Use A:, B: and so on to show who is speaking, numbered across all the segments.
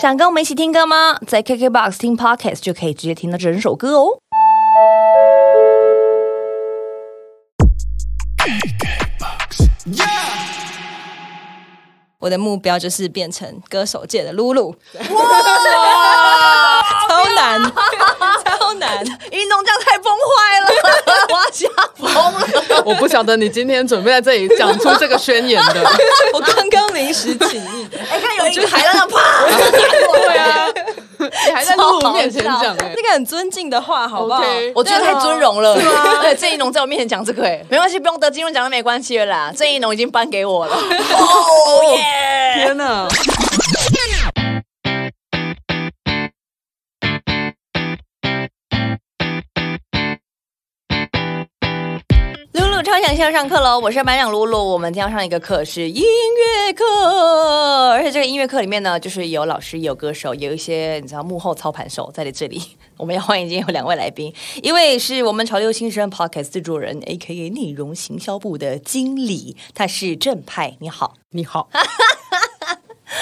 A: 想跟我们一起听歌吗？在 KKBOX 听 Podcast 就可以直接听到整首歌哦。
B: 我的目标就是变成歌手界的露露，
A: 哇，
B: 超难，超难。
A: 运动这样太崩坏 了，我要吓疯了。
C: 我不晓得你今天准备在这里讲出这个宣言的，
B: 我刚刚临时起意，
A: 哎，看有一个还在那啪，
C: 对啊，你还在
A: 超
C: 路
A: 好
C: 面前讲哎、
B: 那个很尊敬的话，好不好
C: OK
A: 我觉得太尊荣了。对，啊郑一农在我面前讲这个，哎，没关系，不用得金钟奖都没关系了啦。郑一农已经颁给我了。哦耶！
C: 天哪！
A: 露露超想线上课喽！我是班长露露，我们今天要上一个课是音乐课，而且这个音乐课里面呢，就是有老师、有歌手，有一些你知道幕后操盘手在这里。 我们要欢迎今天有两位来宾，一位是我们潮流新生 Podcast 制作人 A.K.A 内容行销部的经理，他是正派。你好，
C: 你 好，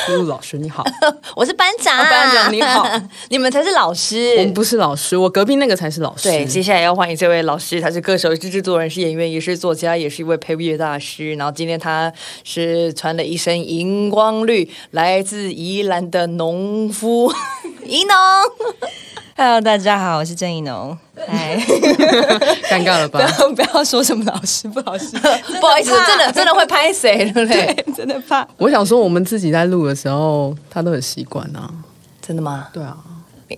C: 陆老师你好，
A: 我是班长，
C: 哦班长你好，
A: 你们才是老
C: 我们
A: 师。
C: 不是老师，我隔壁那个才是老师。
A: 对，接下来要欢迎这位老师，他是歌手、是制作人、是演员，也是作家，也是一位配乐大师。然后今天他是穿了一身荧光绿，来自宜兰的农 夫宜农。
B: Hello，大家好，我是郑 一农。嗨，
C: 尴尬了
B: 不
C: 吧？
B: 要不要说什么老师不老师，
A: 不好意思，真的真的会拍谁，对不对？
B: 对，真的怕。
C: 我想说，我们自己在录的时候，他都很习惯啊。
A: 真的吗？
C: 对啊，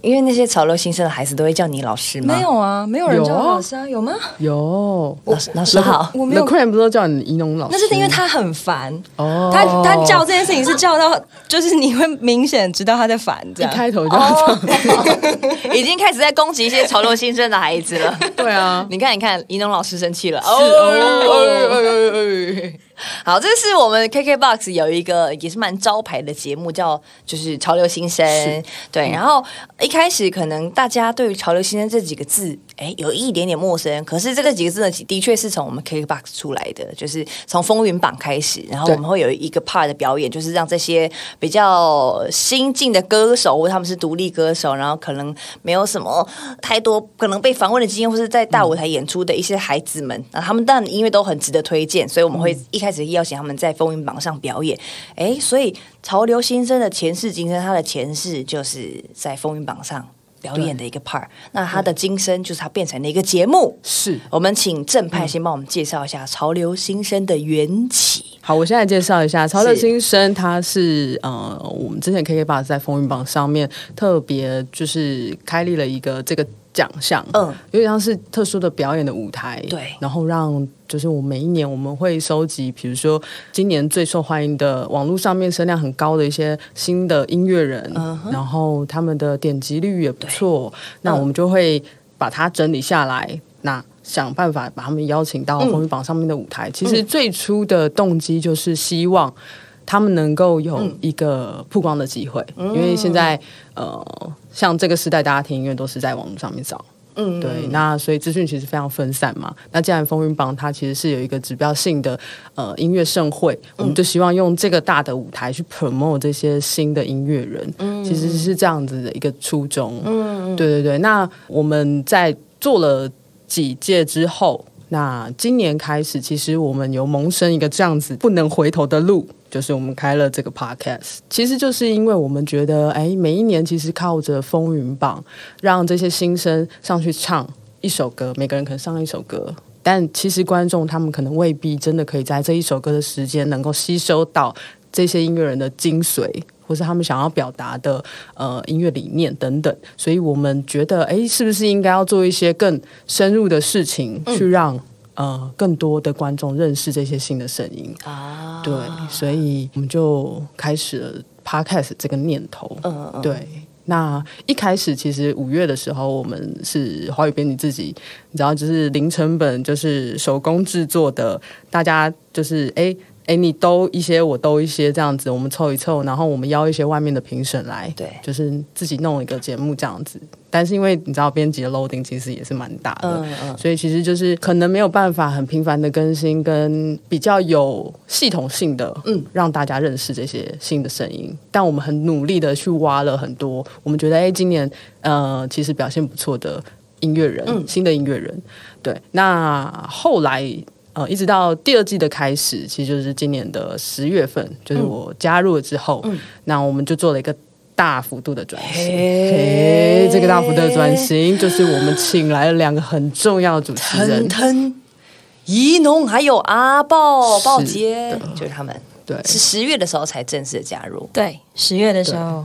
A: 因为那些潮流新生的孩子都会叫你老师吗？
B: 没，有啊，没有人叫
C: 有啊
B: 我老师啊，有吗？
C: 有
A: 老师老师好。
B: 我没有
C: The Cram 不是都叫你仪农老师？
B: 那是因为他很烦。
C: 哦，
B: 他他叫这件事情是叫到，就是你会明显知道他在烦，这
C: 一
B: 样。，
C: 开头就要这样，
A: 哦 已经开始在攻击一些潮流新生的孩子了。
C: 对啊，
A: 你看，你看，怡农老师生气了。哦
C: 哦
A: 好，这是我们 KKBOX 有一个也是蛮招牌的节目，叫就是潮流新生。
C: 嗯
A: 对，然后一开始可能大家对于潮流新生这几个字，哎，有一点点陌生。可是这个几个字呢，的确是从我们 KKBOX 出来的，就是从风云榜开始，然后我
C: 对
A: 们会有一个 part 的表演，就是让这些比较新进的歌手，或他们是独立歌手，然后可能没有什么太多可能被访问的经验，或是在大舞台演出的一些孩子们，啊，他们当然音乐都很值得推荐，所以我们会一开始邀请他们在风云榜上表演。哎，所以潮流新生的前世今生，他的前世就是在风云榜上。表演的一个 part，那他的今生就是他变成了一个节目。
C: 是
A: 我们请正派先帮我们介绍一下潮流新生的缘起。
C: 好，我现在介绍一下潮流新生，他是呃，我们之前 KK b 在风云榜上面特别就是开立了一个这个奖项，
A: 嗯，
C: 有点像是特殊的表演的舞台，
A: 对
C: 然后让就是我每一年我们会收集，比如说今年最受欢迎的网络上面声量很高的一些新的音乐人，然后他们的点击率也不错，那我们就会把它整理下来，那想办法把他们邀请到风云榜上面的舞台。其实最初的动机就是希望他们能够有一个曝光的机会，因为现在呃，像这个时代，大家听音乐都是在网络上面找。嗯，对，那所以资讯其实非常分散嘛。那既然风云榜它其实是有一个指标性的呃音乐盛会，我们就希望用这个大的舞台去 promote 这些新的音乐人，其实是这样子的一个初衷。嗯，对对对。那我们在做了几届之后，那今年开始，其实我们有萌生一个这样子不能回头的路，就是我们开了这个 podcast。其实就是因为我们觉得，哎，每一年其实靠着风云榜，让这些新生上去唱一首歌，每个人可能上一首歌。但其实观众他们可能未必真的可以在这一首歌的时间能够吸收到这些音乐人的精髓，或是他们想要表达的呃音乐理念等等。所以我们觉得，哎，是不是应该要做一些更深入的事情，去让呃更多的观众认识这些新的声音？
A: 啊，
C: 对，所以我们就开始了 podcast 这个念头。
A: 嗯嗯
C: 对。那一开始其实五月的时候，我们是华语编辑自己，你知道，就是零成本，就是手工制作的，大家就是哎哎，你兜一些，我兜一些，这样子，我们凑一凑，然后我们邀一些外面的评审来，
A: 对
C: 就是自己弄一个节目这样子，但是因为你知道编辑的 loading 其实也是蛮大的，所以其实就是可能没有办法很频繁的更新，跟比较有系统性的，嗯，让大家认识这些新的声音。但我们很努力的去挖了很多，我们觉得哎，今年呃其实表现不错的音乐人，新的音乐人。对，那后来呃，一直到第二季的开始，其实就是今年的十月份，就是我加入了之后，那我们就做了一个大幅度的转型。
A: 嘿
C: 嘿，这个大幅度的转型，就是我们请来了两个很重要的主持人
A: 腾，腾、怡农还有阿豹、
C: 是
A: 豹杰
C: 的，
A: 就是他们。
C: 对，
A: 是十月的时候才正式的加入
B: 对，十月的时候，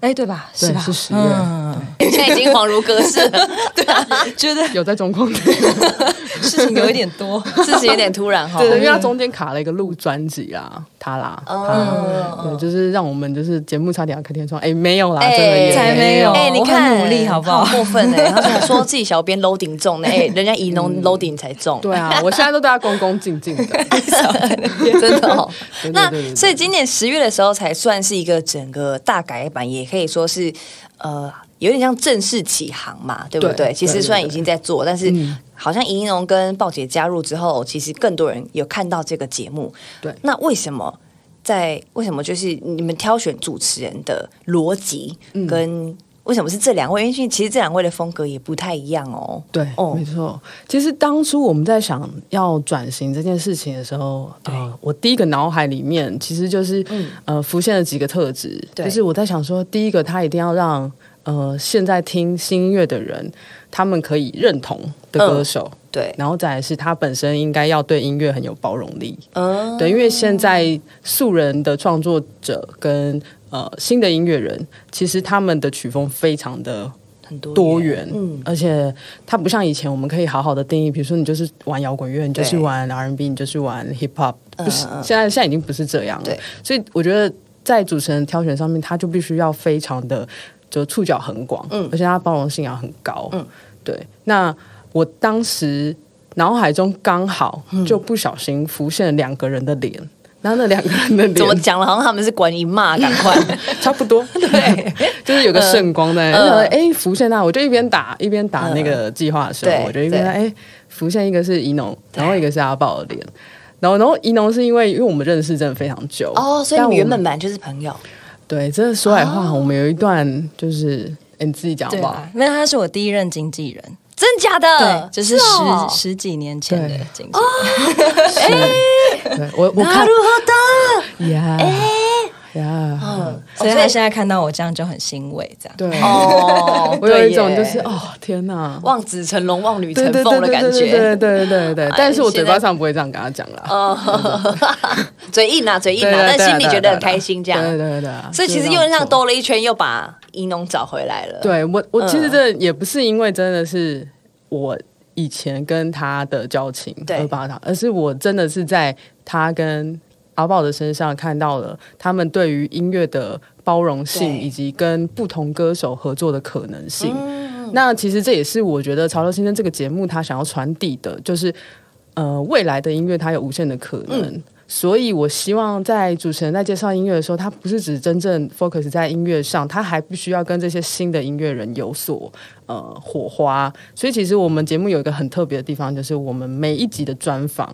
B: 哎，对吧？
C: 对
B: 吧？
C: 是10月
B: 嗯，
A: 现在已经恍如隔 世了，
B: 对啊，觉得
C: 有在中控，
B: 事情有一点多。
A: 事情有点突然哈。
C: 对，因为他中间卡了一个录专辑啦，他啦，
B: 嗯
C: 他，对，就是让我们就是节目差点要开天窗，哎，没有啦，
A: 哎
C: 真的也
B: 才没有
A: 哎、你看，
B: 我很努力好不好
A: 过分哎、他说自己小编 loading 重呢、哎、 人家怡农 loading 才重，
C: 对啊，我现在都对他恭恭敬敬的，
A: 真的 哦。
C: 对对
A: 那
C: 对对
A: 所以今年十月的时候才算是一个整个大改版，也可以说是呃有点像正式起航嘛，对不对？
C: 对对
A: 其实虽然已经在做，但是好像怡农跟鲍姐加入之后，其实更多人有看到这个节目。
C: 对
A: 那为什么？在为什么就是你们挑选主持人的逻辑跟为什么是这两位？因为其实这两位的风格也不太一样哦。
C: 对，
A: 哦
C: 没错。其实当初我们在想要转型这件事情的时候，呃，我第一个脑海里面其实就是、呃浮现了几个特质，
A: 嗯对
C: 就是我在想说，第一个他一定要让呃现在听新音乐的人，他们可以认同的歌手。
A: 对，
C: 然后再来是他本身应该要对音乐很有包容力，
A: 嗯，
C: 对，因为现在素人的创作者跟呃新的音乐人，其实他们的曲风非常的
A: 很多嗯
C: 多元，而且它不像以前我们可以好好的定义，比如说你就是玩摇滚乐，你就是玩 R&B，你就是玩 hip hop，不是，现在现在已经不是这样
A: 嗯
C: 了
A: 对。
C: 所以我觉得在主持人挑选上面，他就必须要非常的就触角很广，
A: 嗯
C: 而且他包容性要很高，对。那我当时脑海中刚好
A: 嗯
C: 就不小心浮现了两个人的脸，然后那两个人的脸
A: 怎么讲了？好像他们是管你骂，赶快。
C: 差 不多，对， 就是有个圣光
A: 嗯
C: 在那里，然后哎、浮现那，我就一边打一边打那个计划的时候，
A: 对
C: 我就一边
A: 对
C: 哎、浮现一个是怡农，然后一个是阿豹的脸，然后然后怡农是因为因为我们认识真的非常久
A: 哦，所以
C: 但
A: 你们
C: 我们
A: 原本哦本来就是朋友，
C: 对，真的说来话，我们有一段就是、哎你自己讲好
B: 对
C: 不
B: 啊
C: 好？，
B: 那他是我第一任经纪人，
A: 真假的？
B: 对，就是十
A: 哦
B: 十几年前的
C: 对
B: 经纪人。
A: 哎
C: 是对我我
A: な
C: 看
A: るほど
C: 呀
A: 哎
C: 呀，
A: 嗯
B: 所以他现在看到我这样就很欣慰，这样。
C: 对，
A: 哦，
C: 我有一种
A: 对耶
C: 就是哦天哪，
A: 望子成龙、望女
C: 对
A: 成
C: 对对
A: 凤的
C: 对
A: 感
C: 对对
A: 觉，哎
C: 对对对，但是我嘴
A: 现在
C: 巴上不会这样跟他讲啦。
A: 哦， 嘴硬啊，嘴硬
C: 对
A: 啊，
C: 对
A: 但心里
C: 对
A: 觉得
C: 对对
A: 很开心，这
C: 对
A: 样。
C: 对对啊，
A: 所以其实
C: 就是
A: 又
C: 让
A: 像
C: 做
A: 兜了一圈，又把怡农找回来了。，
C: 对我，我其实
A: 嗯
C: 这也不是因为真的是我以前跟他的交情
A: 对
C: 而把他，而是我真的是在他跟阿豹的身上看到了他们对于音乐的包容性，
A: 对
C: 以及跟不同歌手合作的可能性。那其实这也是我觉得《潮流新生》这个节目他想要传递的，就是呃，未来的音乐它有无限的可能。所以，我希望在主持人在介绍音乐的时候，他不是只真正 focus 在音乐上，他还必须要跟这些新的音乐人有所呃火花。所以，其实我们节目有一个很特别的地方，就是我们每一集的专访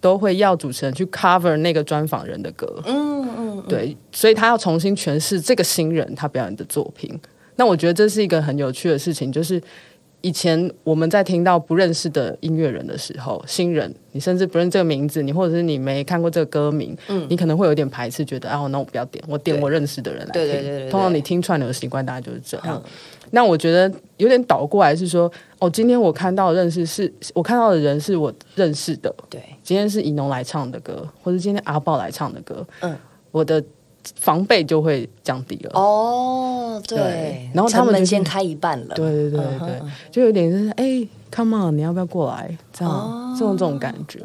C: 都会要主持人去 cover 那个专访人的歌。
A: 嗯
C: 对，所以他要重新诠释这个新人他表演的作品。那我觉得这是一个很有趣的事情，就是以前我们在听到不认识的音乐人的时候，新人你甚至不认识这个名字，你或者是你没看过这个歌名，你可能会有点排斥，觉得啊，那我不要点，我点我认识的人来听。
A: 嗯对对对对对嗯
C: 通常你听串流的习惯大概就是这样。那我觉得有点倒过来是说，哦，今天我看到的认识是我看到的人是我认识的，
A: 对，
C: 今天是怡农来唱的歌，或者今天阿豹来唱的歌，
A: 嗯
C: 嗯，我的防备就会降低了。
A: 哦，对
C: 对，然后他
A: 城
C: 们
A: 门
C: 就是
A: 先开一半了，
C: 对对对对
A: 嗯
C: 就有点就是哎、c o m e on，你要不要过来？这样、
A: 哦
C: 这种这种感觉，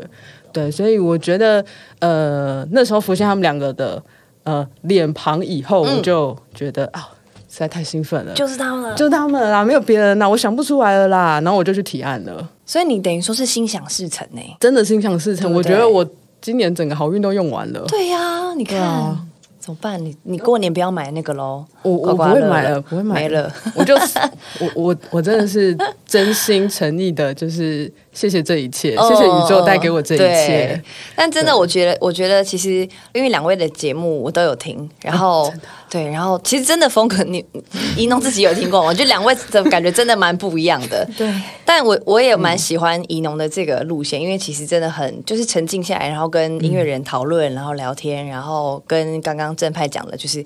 C: 对，所以我觉得呃，那时候浮现他们两个的呃脸庞以后，我就觉得啊、实在太兴奋了，就
A: 就是他们了。
C: 就他们了啦，没有别人啦，我想不出来了啦，然后我就去提案了。
A: 所以你等于说是心想事成呢。欸
C: 真的心想事成。
A: 对不
C: 我
A: 对
C: 觉得我今年整个好运都用完了。
A: 对呀，你看。啊怎么办？你你过年不要买那个喽，
C: 我我
A: 刮
C: 不
A: 刮
C: 会
A: 乐
C: 买了，不会买
A: 没了。
C: 我就我我我真的是真心诚意的，就是谢谢这一切，谢谢
A: 哦
C: 宇宙带给我这一
A: 对
C: 切。
A: 但真的，我觉得，我觉得其实因为两位的节目我都有听，然后、对，然后其实真的风格你 一弄自己有听过吗，我觉得两位的感觉真的蛮不一样的。
B: 对，
A: 但我我也蛮喜欢怡农的这个路线，因为其实真的很就是沉静下来，然后跟音乐人讨论，然后聊天，然后跟刚刚正派讲的，就是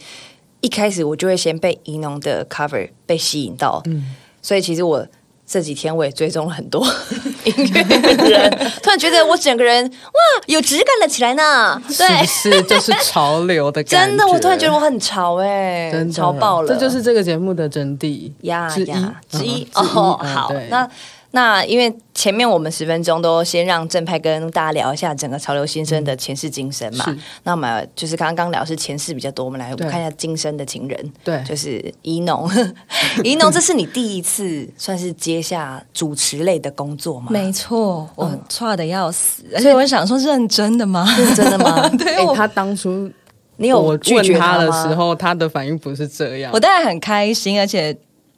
A: 一开始我就会先被怡农的 cover 被吸引到，所以其实我这几天我也追踪了很多 音乐人，突然觉得我整个人哇有质感了起来 呢，对，
C: 是不是就是潮流的感觉？
A: 真的，我突然觉得我很潮哎、
C: 真的
A: 潮爆了，
C: 这就是这个节目的真谛
A: 呀
C: 之一
A: 呀之一
C: 嗯
A: 哦，
C: 嗯
A: 好
C: 对，
A: 那那因为前面我们十分钟都先让正派跟大家聊一下整个潮流新生的前世今生嘛，
C: 是
A: 那我们就是刚刚聊是前世比较多，我们来
C: 对
A: 看一下今生的情人，
C: 对
A: 就是怡 农，怡农，这是你第一次算是接下主持类的工作吗？
B: 没错，我差的要死，而且我想说，认真的吗？？
A: 真的吗
B: 对，
C: 哎
B: 我、
C: 他当初
A: 你
C: 我
A: 有拒绝
C: 问他的
A: 吗
C: 时，候，他的反应不是这样
B: 我。当然很开心，而且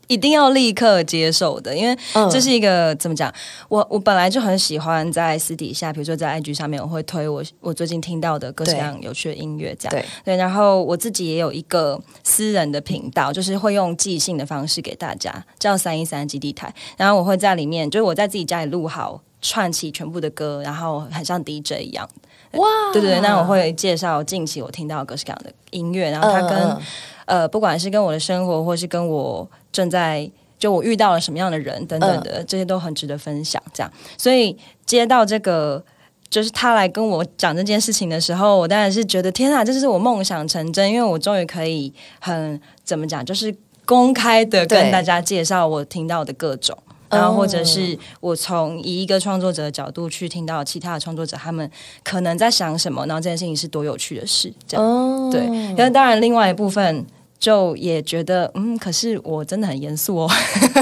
B: 一定要立刻接受的，因为
A: 嗯
B: 这是一个、怎么讲？我我本来就很喜欢在私底下，比如说在 IG 上面，我会推我我最近听到的各式各样有趣的音乐，这样
A: 对
B: 对。然后我自己也有一个私人的频道，就是会用寄信的方式给大家，叫三一三基地台。然后我会在里面，就是我在自己家里录好。串起全部的歌，然后很像 DJ 一样，
A: 哇，
B: 对对对。
A: 啊
B: 那我会介绍近期我听到各式各样的音乐，然后它跟、
A: 嗯嗯
B: 呃，不管是跟我的生活，或是跟我正在就我遇到了什么样的人等等的，这些都很值得分享。这样，所以接到这个。就是他来跟我讲这件事情的时候，我当然是觉得天啊，这是我梦想成真，因为我终于可以很怎么讲，就是公开的
A: 对
B: 跟大家介绍我听到的各种，然后或者是我从以一个创作者的角度去听到其他的创作者他们可能在想什么，然后这件事情是多有趣的事，这样。
A: 哦
B: 对，那当然另外一部分就也觉得，嗯，可是我真的很严肃哦，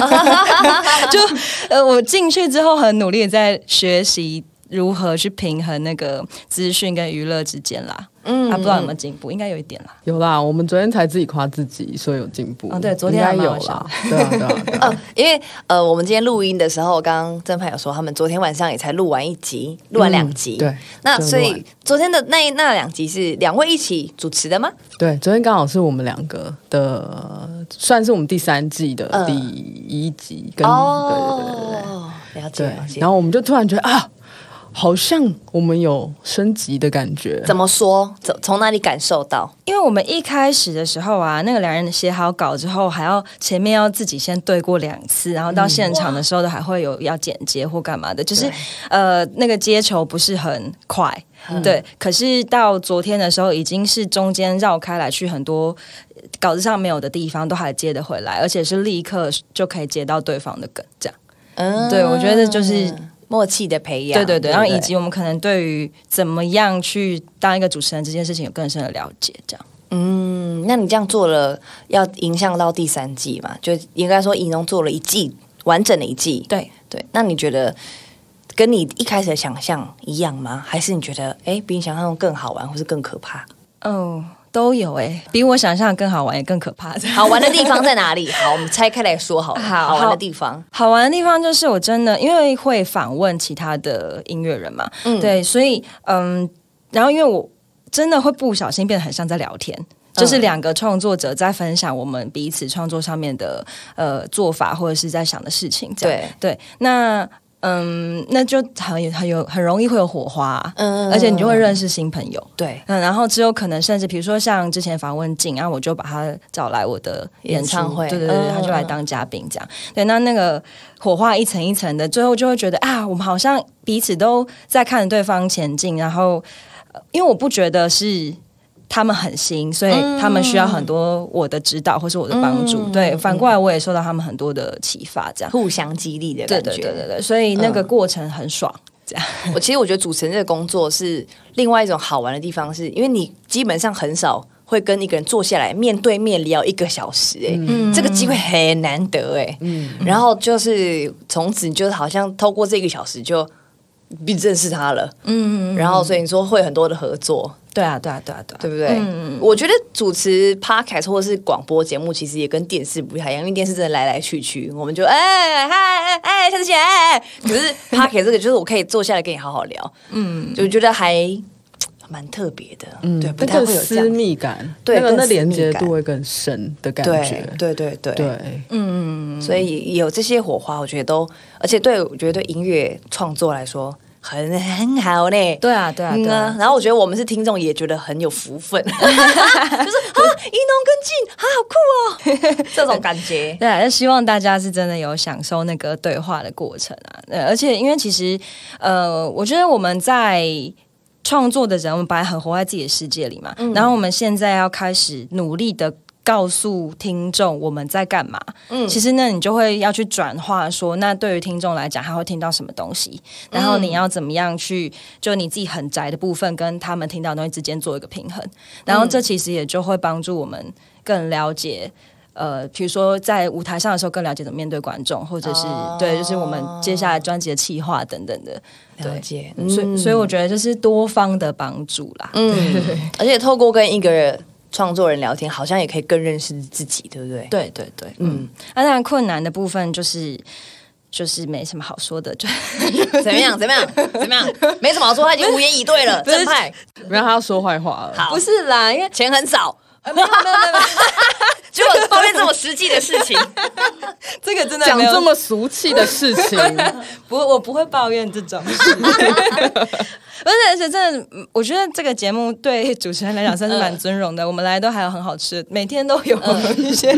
B: 就呃，我进去之后很努力地在学习。如何去平衡那个资讯跟娱乐之间啦？嗯，啊，不知道有没有进步，应该有一点啦。
C: 有啦，我们昨天才自己夸自己说有进步。
B: 哦对昨天还
C: 应
B: 蛮
C: 该
B: 好
C: 有
B: 笑
C: 啦，对啊对啊对啊。
A: 因为呃，我们今天录音的时候，刚刚郑派有说他们昨天晚上也才录完一集，录完两集。
C: 嗯对
A: 那
C: 真的
A: 所
C: 录
A: 以
C: 完
A: 昨天的那那两集是两位一起主持的吗？
C: 对，昨天刚好是我们两个的，算是我们第三季的
A: 嗯
C: 第一集跟、对对对对对
A: 哦，了解了
C: 对，
A: 解。
C: 然后我们就突然觉得啊，好像我们有升级的感觉。
A: 怎么说？怎从哪里感受到？
B: 因为我们一开始的时候啊，那个两人写好稿之后，还要前面要自己先对过两次，然后到现场的时候都还会有要剪接或干嘛的，就是呃那个接球不是很快。对，可是到昨天的时候，已经是中间绕开来去很多呃稿子上没有的地方，都还接得回来，而且是立刻就可以接到对方的梗，这样。
A: 嗯，
B: 对我觉得就是
A: 默契的培养。
B: 对对对，
A: 不
B: 然后以及我们可能对于怎么样去当一个主持人这件事情有更深的了解，这样。
A: 嗯，那你这样做了，要影响到第三季嘛？就应该说，尹农做了一季完整的一季。
B: 对，
A: 对，那你觉得跟你一开始的想象一样吗？还是你觉得哎，比你想象中更好玩，或是更可怕？
B: 哦，都有哎、比我想象的 更好玩，也更可怕。
A: 好玩的地方在哪里？好，我们拆开来说好了。
B: 好
A: 好玩
B: 好
A: 的地方，
B: 好玩的地方就是我真的因为会访问其他的音乐人嘛，对，所以嗯，然后因为我真的会不小心变得很像在聊天。
A: 嗯
B: 就是两个创作者在分享我们彼此创作上面的呃做法，或者是在想的事情，这样对对。那嗯，那就很很有很容易会有火花、啊
A: 嗯
B: 而且你就会认识新朋友。
A: 对，
B: 嗯，然后之后可能甚至比如说像之前访问静，然后我就把他找来我的演
A: 演唱
B: 出
A: 会
B: 对对对，
A: 嗯
B: 他就来当嘉宾这样。对，那那个火花一层一层的，最后就会觉得啊，我们好像彼此都在看着对方前进，然后呃因为我不觉得是。他们很新，所以他们需要很多我的指导或是我的帮助。对，反过来我也受到他们很多的启发，这样。
A: 互相激励的
B: 对
A: 感觉。
B: 对对对嗯对，所以那个过程很爽。
A: 我其实我觉得主持人这个工作是另外一种好玩的地方是，因为你基本上很少。会跟一个人坐下来面对面聊一个小时、哎、这个机会很欸嗯难得、哎、然后就是从此你就好像透过这个小时就比认识他了，嗯，然后所以你说会很多的合作，
B: 对啊，对啊，对啊，对啊，
A: 对不对？我觉得主持 podcast 或者是广播节目，其实也跟电视不太一样，因为电视真的来来去去，我们就哎嗨哎哎，下次见。哎哎可是 podcast 这个，就是我可以坐下来跟你好好聊，嗯，就觉得还嘖蛮特别的，嗯，对，不
C: 那
A: 太
C: 个
A: 会有这样子。
C: 私密感，
A: 对
C: 那个
A: 更
C: 那
A: 私
C: 连
A: 密
C: 接
A: 感
C: 度会更深的感
A: 对
C: 觉，
A: 对对对
C: 对，
A: 所以有这些火花，我觉得都，而且对我觉得对音乐创作来说很很好呢。
B: 对啊，对啊，
A: 嗯
B: 对
A: 啊
B: 啊，，
A: 然后我觉得我们是听众，也觉得很有福 分，就是啊，一农跟进啊，好 酷哦，这种感觉。
B: 对啊，那希望大家是真的有享受那个对话的过程啊。呃，而且因为其实，呃，我觉得我们在创作的人，我们本来很活在自己的世界里嘛，然后我们现在要开始努力的。告诉听众我们在干嘛，嗯，其实那你就会要去转化说，那对于听众来讲，他会听到什么东西，然后你要怎么样去，就你自己很宅的部分跟他们听到的东西之间做一个平衡，然后这其实也就会帮助我们更了解呃，比如说在舞台上的时候更了解怎么面对观众，或者是、对，就是我们接下来专辑的企划等等的，嗯
A: 了解，
B: 所以所以我觉得就是多方的帮助啦。嗯，
A: 嗯，而且透过跟一个创作人聊天，好像也可以更认识自己，对不对？
B: 对对对，嗯，那、当然困难的部分就是就是没什么好说的，就
A: 怎么样？怎么样？怎么 样？没什么好说，他已经无言以对了，正派。
C: 然后他要说坏话了，
A: 好
B: 不是啦，因为
A: 钱很少， 结果抱怨这么实际的事情，
B: 这个真的
C: 讲
B: 没有
C: 这么俗气的事情，
B: 不，我不会抱怨这种事。 不是，而且真的，嗯我觉得这个节目对主持人来讲算是蛮尊荣的。我们来都还有很好吃的，每天都有一些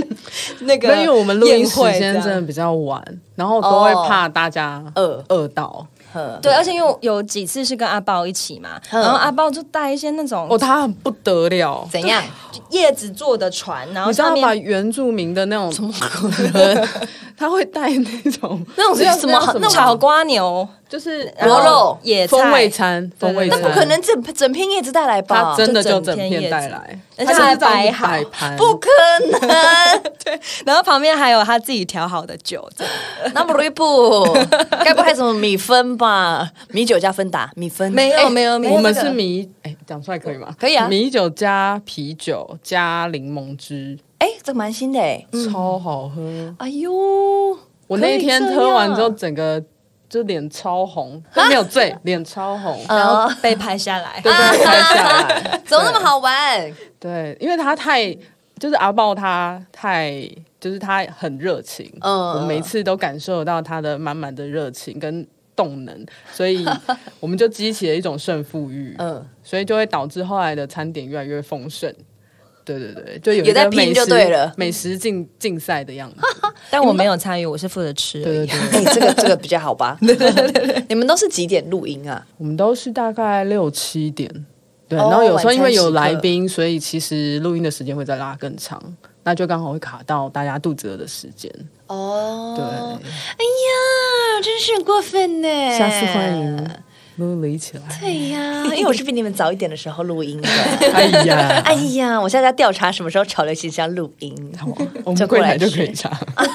B: 那个
C: 因为我们录音
B: 宴
C: 时
B: 会
C: 间
B: 这样
C: 真的比较晚，然后都会怕大家
A: 哦饿
C: 饿到。
B: 对，嗯而且因为有几次是跟阿豹一起嘛，然后阿豹就带一些那种
C: 哦，他很不得了，
A: 怎样？
B: 叶子做的船，然后
C: 哦你知道
B: 上
C: 他把
B: 面
C: 原住民的那种中国人， 他会带那 种
A: 那种是
C: 那叫
A: 什么
C: 那叫
A: 那种
B: 炒瓜牛、
C: 就是
B: 然
C: 呃
A: 螺
B: 后
A: 肉
B: 野菜
C: 风味，餐，风味
B: 对
C: 餐，
B: 对
A: 不可能整整片叶子带来吧
C: 他？真的
B: 就
C: 就
B: 整
C: 整
B: 啊片叶
C: 片
B: 子
C: 带来，
B: 而且
C: 他
B: 还
C: 就是这样
B: 摆
C: 子
B: 好
C: 摆盘，
A: 不可能，
B: 然后旁边还有他自己调好的酒，这样
A: 那么离 谱，该不会还什么米芬吧？米酒加芬达，米哎芬
B: 没有没有没有，
C: 我们
B: 那个
C: 是米，哎，讲出来可以吗？
A: 可以啊
C: 米酒加啤酒加柠檬汁，
A: 哎，这个蛮新的哎，
B: 嗯
C: 超好喝。
A: 哎呦，
C: 我那一天
A: 可以这样
C: 喝完之后，整个就脸超红，
B: 啊
C: 但没有醉，脸超红，
B: 然后被拍下来啊
C: 对，对，拍下 来。
A: 怎么那么好玩？
C: 对，因为他
A: 嗯
C: 太就是阿豹，他太就是他很热情，
A: 嗯
C: 我每次都感受到他的满满的热情跟动能，所 以我们就激起了一种胜负欲，
A: 嗯，
C: 所以就会导致后来的餐点越来越丰盛。对对对，就有
A: 有
C: 一
A: 在
C: 个
A: 拼
C: 美
A: 就
C: 食
A: 对了
C: 美食竞竞赛的样 子。
B: 但我没有参与，我是负责吃而
C: 对对
B: 已。
C: 对，
A: 哎，这个这个比较好吧？ 对对对，你们都是几点录音啊？
C: 我们都是大概六七点，对，
A: 哦
C: 然后有时
A: 晚
C: 候
A: 餐
C: 因为有
A: 时刻
C: 来宾，所以其实录音的时间会再拉更长，那就刚好会卡到大家肚子饿的时间。
A: 哦，
C: 对，
A: 哎呀，真是很过分呢！
C: 下次欢迎。露里起来。
A: 哎对呀， 因为我是比你们早一点的时候录音的。
C: 哎呀，
A: 哎呀，我现在在调查什么时候潮流形象录音。
C: 好啊我
A: 就
C: 们
A: 过
C: 柜
A: 来
C: 台就可以查。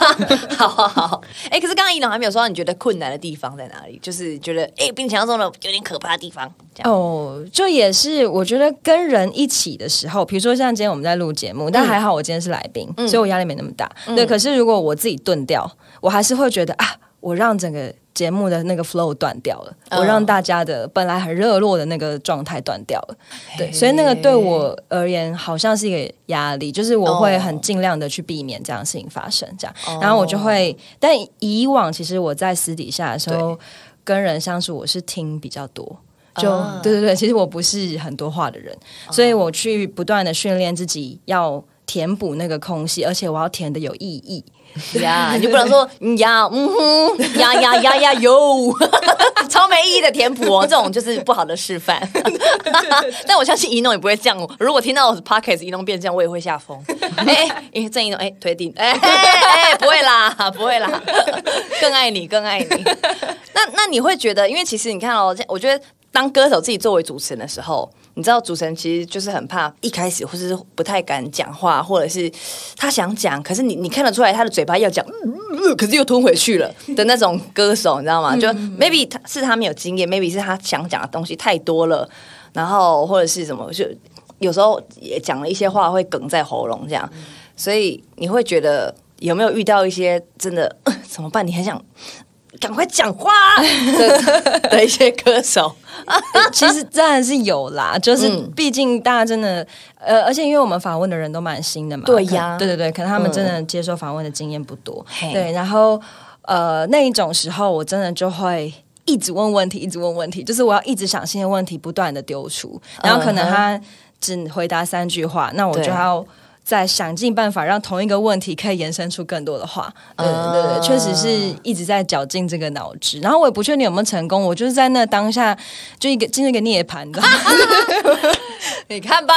A: 好好好，哎、可是刚刚伊朗还没有说到你觉得困难的地方在哪里，就是觉得哎、比你想象中的有点可怕的地方，这样。
B: 哦，就也是，我觉得跟人一起的时候，比如说像今天我们在录节目，但
A: 嗯
B: 还好我今天是来宾，所以我压力没那么大。对，可是如果我自己钝掉，我还是会觉得啊，我让整个节目的那个 flow 断掉了，
A: 哦
B: 我让大家的本来很热络的那个状态断掉了。对，所以那个对我而言好像是一个压力，就是我会很尽量的去避免这样的事情发生，这样，
A: 哦
B: 然后我就会，但以往其实我在私底下的时候跟人相处，我是听比较多。就、
A: 啊
B: 对对对，其实我不是很多话的人，所以我去不断的训练自己要填补那个空隙，而且我要填的有意 义。
A: 呀，你就不能说嗯呀，嗯哼，呀呀呀呀哟， 超没意义的填补哦，这种就是不好的示范。但我相信一诺也不会这样，哦如果听到我的 podcast 一诺变这样，我也会吓疯。哎、哎郑一诺，哎、推定，哎、哎哎不会啦，不会啦，更爱你，更爱你。那那你会觉得，因为其实你看哦，我觉得当歌手自己作为主持人的时候，你知道主持人其实就是很怕一开始或是不太敢讲话，或者是他想讲，可是你你看得出来他的嘴巴要讲，嗯嗯嗯 可是又吞回去了的那种歌手，你知道吗？就 maybe 他是他没有经验，maybe 是他想讲的东西太多了，然后或者是什么就。有时候也讲了一些话会哽在喉咙这样，所以你会觉得有没有遇到一些真的、 呃怎么办？你很想赶快讲话啊的的一些歌手，
B: 其实当然是有啦，就是
A: 嗯
B: 毕竟大家真的，呃，而且因为我们访问的人都蛮新的嘛，
A: 对呀嗯
B: 可对对对，可能他们真的接受访问的经验不多，
A: 嘿
B: 对，然后呃那一种时候，我真的就会。一直问问题，一直问问题，就是我要一直想新的问题，不断的丢出，然后可能他只回答三句话，那我就
A: 嗯对
B: 要再想尽办法让同一个问题可以延伸出更多的话。对
A: 嗯
B: 对对，确实是一直在绞尽这个脑汁，然后我也不确定有没有成功，我就是在那当下就一个进入一个涅槃 的，
A: 你看吧，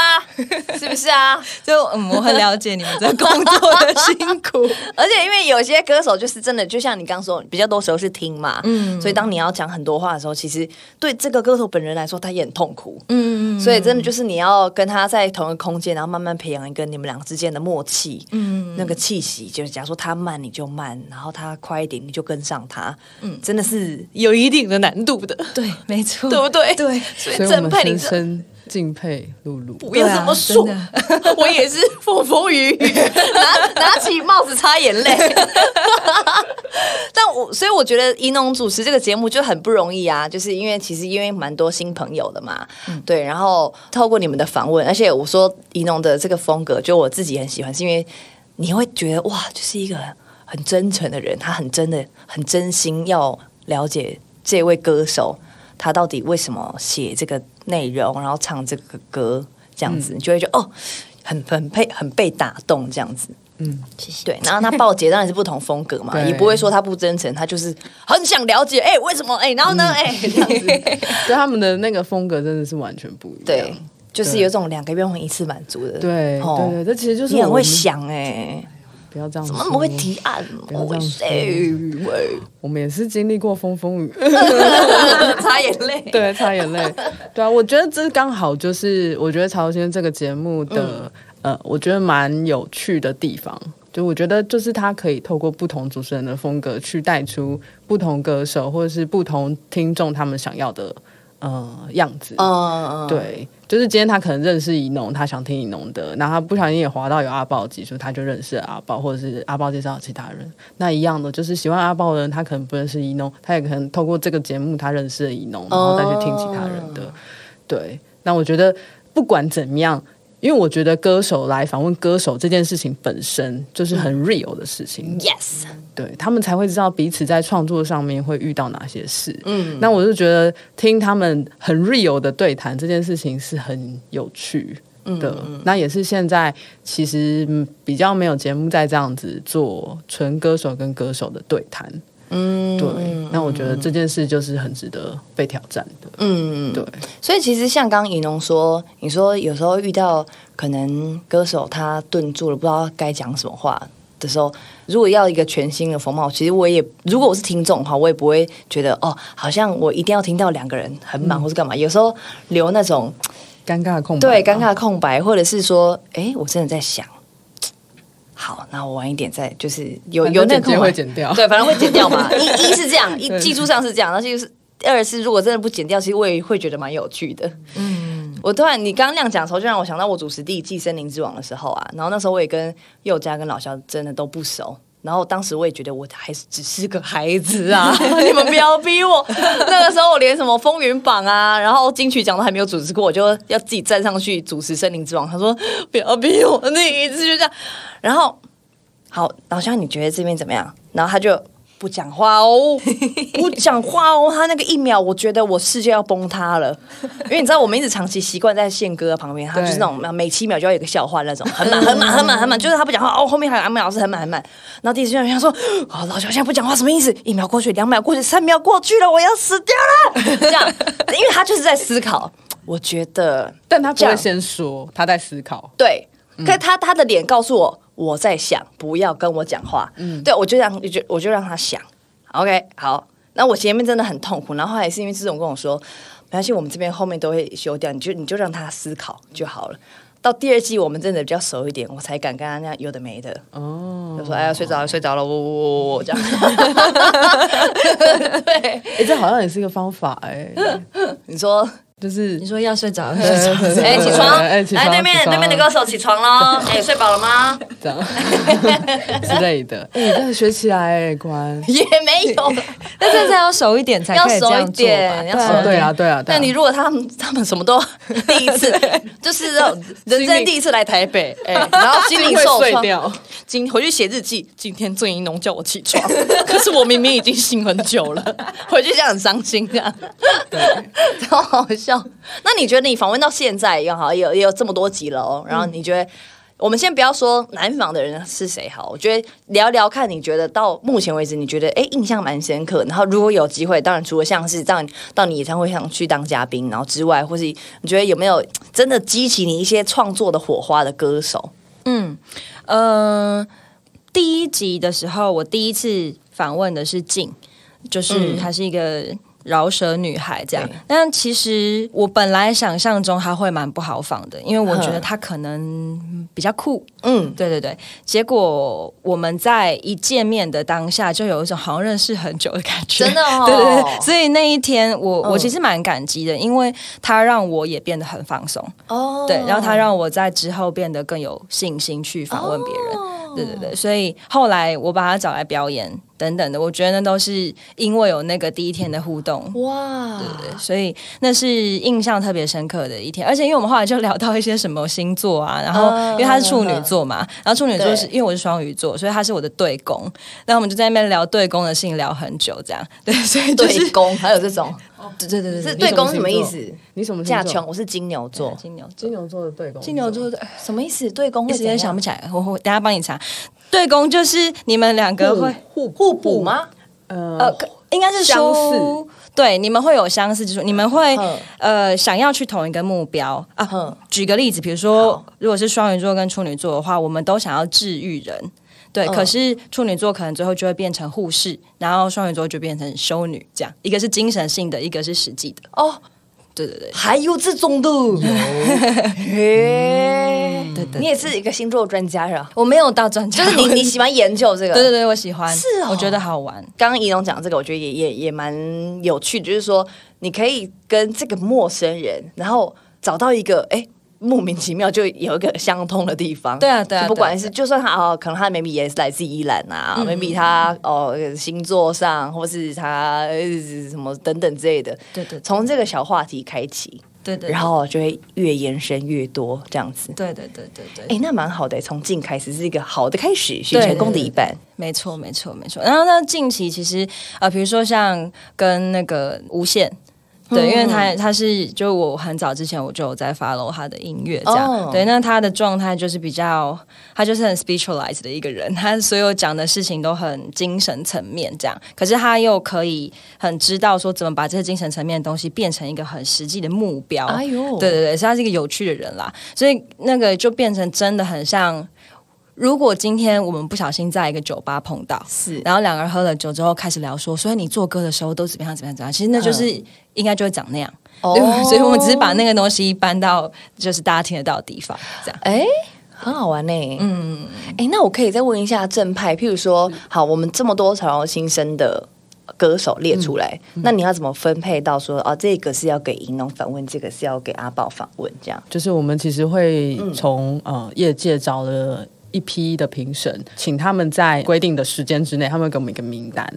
A: 是不是啊？
B: 就嗯，我很了解你们这工作的辛苦，
A: 而且因为有些歌手就是真的，就像你刚说，比较多时候是听嘛，嗯，所以当你要讲很多话的时候，其实对这个歌手本人来说，他也很痛苦，嗯所以真的就是你要跟他在同一个空间，然后慢慢培养一个你们俩之间的默契，嗯，那个气息，就是假如说他慢你就慢，然后他快一点你就跟上他，嗯，真的是有一定的难度的，
B: 对，没错，
A: 对不对？
B: 对，
A: 所以啊
C: 所以我
A: 郑
C: 们
A: 佩玲这
C: 深深敬佩露露。
A: 不要这么说，
B: 对啊
A: 我也是风风雨雨，拿 拿起帽子擦眼泪。 但我所以我觉得怡农主持这个节目就很不容易啊，就是因为其实因为蛮多新朋友的嘛，对，然后透过你们的访问，而且我说怡农的这个风格，就我自己很喜欢，是因为你会觉得哇，就是一个很真诚的人，他很真的很真心要了解这位歌手。他到底为什么写这个内容，然后唱这个歌，这样子，你就会觉得哦，很很被很被打动这样子。
B: 谢谢。
A: 对，然后他报捷当然是不同风格嘛，
C: 对
A: 也不会说他不真诚，他就是很想了解，哎、为什么？哎、然后呢？
C: 嗯
A: 哎、这 样子，
C: 对他们的那个风格真的是完全不一样
A: 对。，就是有种两个愿望一次满足的。
C: 对
A: 哦
C: 对对，这其实就是
A: 你很
C: 我
A: 会
C: 们，
A: 想哎、
C: 不要这样
A: 怎
C: 说。
A: 么那么会提案？
C: 要
A: 我会哎
C: 这样说
A: 谁？
C: 我们也是经历过风风雨，
A: 擦眼泪。
C: 对，擦眼泪。对啊，我觉得这刚好就是，我觉得《曹先生》这个节目的、呃，我觉得蛮有趣的地方。就我觉得，就是他可以透过不同主持人的风格，去带出不同歌手或者是不同听众他们想要的呃样子。
A: 嗯，嗯，
C: 对，就是今天他可能认识怡农，他想听怡农的，然后他不小心也滑到有阿豹的集数，他就认识了阿豹，或者是阿豹介绍了其他人。那一样的，就是喜欢阿豹的人，他可能不认识怡农，他也可能透过这个节目他认识了怡农，然后再去听其他人的。对，那我觉得不管怎么样。因为我觉得歌手来访问歌手这件事情本身就是很 real 的事 情，
A: Yes，
C: 对他们才会知道彼此在创作上面会遇到哪些事。嗯，那我就觉得听他们很 real 的对谈这件事情是很有趣的。
A: 嗯
C: 那也是现在其实嗯比较没有节目在这样子做纯歌手跟歌手的对谈。嗯，对，那我觉得
A: 嗯
C: 这件事就是很值得被挑战的。嗯，对，
A: 所以其实像刚刚尹农说，你说有时候遇到可能歌手他顿住了，不知道该讲什么话的时候，如果要一个全新的风貌，其实我也如果我是听众的话，我也不会觉得哦，好像我一定要听到两个人很忙或是干嘛。有时候留那种
C: 尴尬的空白吧，
A: 对尴尬的空白，或者是说，哎，我真的在想。好，那我晚一点再，就是有
C: 反正
A: 有那个
C: 剪接
A: 空白
C: 会剪掉
A: 对，反正会剪掉 嘛。一一是这样，一技术上是这样，然后就是二是如果真的不剪掉，其实我也会觉得蛮有趣的。嗯，我突然你刚刚那样讲的时候，就让我想到我主持第一季《森林之王》的时候啊，然后那时候我也跟佑嘉跟老肖真的都不熟。然后当时我也觉得我还是只是个孩子啊，你们不要逼我。那个时候我连什么风云榜啊，然后金曲奖都还没有主持过，我就要自己站上去主持《森林之王》。他说不要逼我，那一次就这样。然后好，老乡，你觉得这边怎么样？然后他就不讲话哦， 不讲话哦。他那个一秒，我觉得我世界要崩塌了，因为你知道，我们一直长期习惯在宪哥旁边，他就是那种每七秒就要有一个笑话那种，很
C: 嗯
A: 满、很满、很满、很满，就是他不讲话哦。后面还有阿美老师很满、很满。然后第一次就想说，哦，老乡现在不讲话什么意思？一秒过去，两秒过去，三秒过去了，我要死掉了。这样，因为他就是在思考。我觉得
C: 但他不
A: 这
C: 会
A: 样
C: 先说，他在思考。
A: 对，可他他的脸告诉我我在想，不要跟我讲话。嗯，对我就让就我就让他想。OK，好，那我前面真的很痛苦，然后后来是因为志总跟我说，没关系，我们这边后面都会修掉，你就你就让他思考就好了。到第二季我们真的比较熟一点，我才敢跟他那样有的没的。哦，就说哎呀睡着了睡着了，我我我我 这样。对，
C: 哎、这好像也是一个方法哎、
A: 嗯你说
C: 就是
B: 你说要 睡着了，睡着了。
A: 哎起 床，
C: 哎起床
A: 来对面对
C: 起床
A: 面的歌手起床 喽，哎睡饱了吗？
C: 这样之类的。哎、你这样学起来哎、关。
A: 也没有，
B: 那真的要熟一点才
A: 要
B: 可以这
A: 熟一
B: 样做吧
A: 点，？要熟一
C: 哦
A: 点。
C: 对啊对啊对啊
A: 但你如果他们他们什么都 第一次，就是这 种人生第一次来台北，哎，然后心灵受
C: 会碎
A: 创，
C: 掉。
A: 今回去写日记。今天郑怡农叫我起床， 可是我明明已经醒很久了， 回去这样很伤心，这样，超 好笑。那你觉得你访问到现在也好，也有也有这么多集了哦，然后你觉得？我们先不要说南访的人是谁好，我觉得聊聊看，你觉得到目前为止，你觉得哎印象蛮深刻。然后如果有机会，当然除了像是到你到你演唱会上去当嘉宾，然后之外，或是你觉得有没有真的激起你一些创作的火花的歌手？
B: 嗯，第一集的时候，我第一次访问的是静，就是她是一个。饶舌女孩这样
A: 嗯对，
B: 但其实我本来想象中她会蛮不好访的，因为我觉得
A: 嗯
B: 她可能比较酷，
A: 嗯，
B: 对对对。结果我们在一见面的当下，就有一种好像认识很久的感觉，
A: 真的哦
B: 对对对，所以那一天我、
A: 嗯
B: 我其实蛮感激的，因为她让我也变得很放松，
A: 哦
B: 对，然后他让我在之后变得更有信心去访问别人。
A: 哦
B: 对对
A: 嗯
B: 对，所以后来我把他找来表演等等的，我觉得那都是因为有那个第一天的互动，
A: 哇，
B: 对所以那是印象特别深刻的一天。而且因为我们后来就聊到一些什么星座啊，然后
A: 嗯
B: 因为他是处女座嘛，然后处女座是
A: 对
B: 因为我是双鱼座，所以他是我的对宫，那我们就在那边聊对宫的事情聊很久，这样对， 所以就是
A: 对公还有这种
B: 对对对
A: 是对
B: 对
C: 你什么
A: 公是什么
C: 星
A: 意
C: 座
A: 思？
C: 你什么星
A: 架
C: 座
A: 穷，？我是金牛座，
B: 金牛座
C: 金。牛座的对攻。
B: 金牛座的
A: 什么意思？对公
B: 一
A: 会
B: 时
A: 怎样
B: 间想不起来，我我等下帮你查。对宫就是你们两个
A: 嗯
B: 会
C: 互
A: 互补？吗？
B: 呃
C: 呃，，
B: 可应该是
C: 相
B: 说对，你们会有相似之处，你们会
A: 嗯
B: 呃想要去同一个目标
A: 嗯
B: 啊。举个例子，比如说
A: 好，
B: 如果是双鱼座跟处女座的话，我们都想要治愈人。对，
A: 嗯
B: 可是处女座可能最后就会变成护士，然后双鱼座就变成修女，这样一个是精神性的，一个是实际的。
A: 哦，
B: 对对对，
A: 还有这种的，嘿，
B: 对对
A: 你也是一个星座专家是吧？
B: 嗯我没有到专家，
A: 就是你你喜欢研究这个？
B: 对对对，我喜欢，
A: 是哦
B: 我觉得好玩。
A: 刚刚怡农讲这个，我觉得也也也蛮有趣的，就是说你可以跟这个陌生人，然后找到一个哎。诶莫名其妙就有一个相通的地方，
B: 对啊对啊
A: 就不管
B: 对啊嗯
A: 是就算他哦，可能他 maybe 也是来自伊朗啊、m a y b e 他哦星座上，或是他呃什么等等之类的，
B: 对对对
A: 从这个小话题开启，
B: 对对，对
A: 然后就会越延伸越多这样子，
B: 对对对对对。
A: 哎，那蛮好的，从近开始是一个好的开始，是
B: 对
A: 成功的一半，
B: 没错，没错，没错。然后呢，近期其实呃，比如说像跟那个无限。对，因为他他是就我很早之前我就有在 follow 他的音乐这样
A: 哦
B: 对，那他的状态就是比较，他就是很 spiritualized 的一个人，他所有讲的事情都很精神层面这样，可是他又可以很知道说怎么把这些精神层面的东西变成一个很实际的目标，
A: 哎呦
B: 对对对，所以他是一个有趣的人啦，所以那个就变成真的很像如果今天我们不小心在一个酒吧碰到，
A: 是
B: 然后两个人喝了酒之后开始聊说，所以你做歌的时候都怎么样怎么样怎么样，其实那就是应该就会长那样。
A: 嗯哦
B: 对 吧所以我们只是把那个东西搬到就是大家听得到的地方，这样。
A: 哎，很好玩呢、嗯，哎，那我可以再问一下正派，譬如说，好，我们这么多潮流新生的呃歌手列出来，
C: 嗯
A: 那你要怎么分配到说，哦，这个是要给银龙访问，这个是要给阿宝访问，这样？
C: 就是我们其实会从、呃业界找了。一批的评审，请他们在规定的时间之内，他们会给我们一个名单。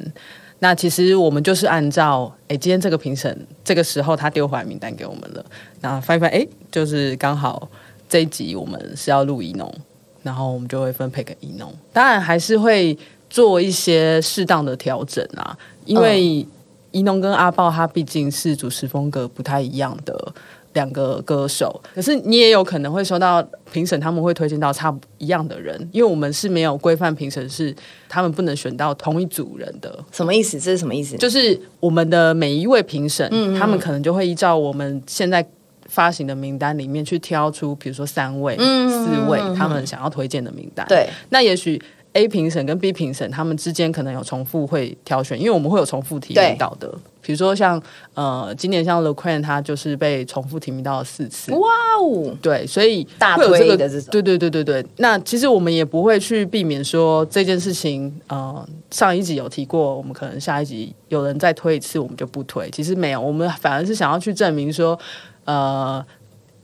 C: 那其实我们就是按照，哎、今天这个评审这个时候他丢回来名单给我们了，那翻一翻，哎、就是刚好这一集我们是要录一农，然后我们就会分配给一农。当然还是会做一些适当的调整啊，因为一农跟阿豹他毕竟是主持风格不太一样的两个歌手，可是你也有可能会收到评审他们会推荐到差不一样的人，因为我们是没有规范评审是他们不能选到同一组人的，
A: 什么意思？这是什么意思？
C: 就是我们的每一位评审，他们可能就会依照我们现在发行的名单里面去挑出，比如说三位、四位他们想要推荐的名单。
A: 对，
C: 那也许 A 评审跟 B 评审他们之间可能有重复会挑选，因为我们会有重复提名到的。比如说像呃，今年像 l e q u a n 他就是被重复提名到了四次，
A: 哇哦，
C: 对，所以
A: 大
C: 会有
A: 推的
C: 这个，
A: 这种
C: 对对对对对。那其实我们也不会去避免说这件事情，呃，上一集有提过，我们可能下一集有人再推一次，我们就不推。其实没有，我们反而是想要去证明说，呃，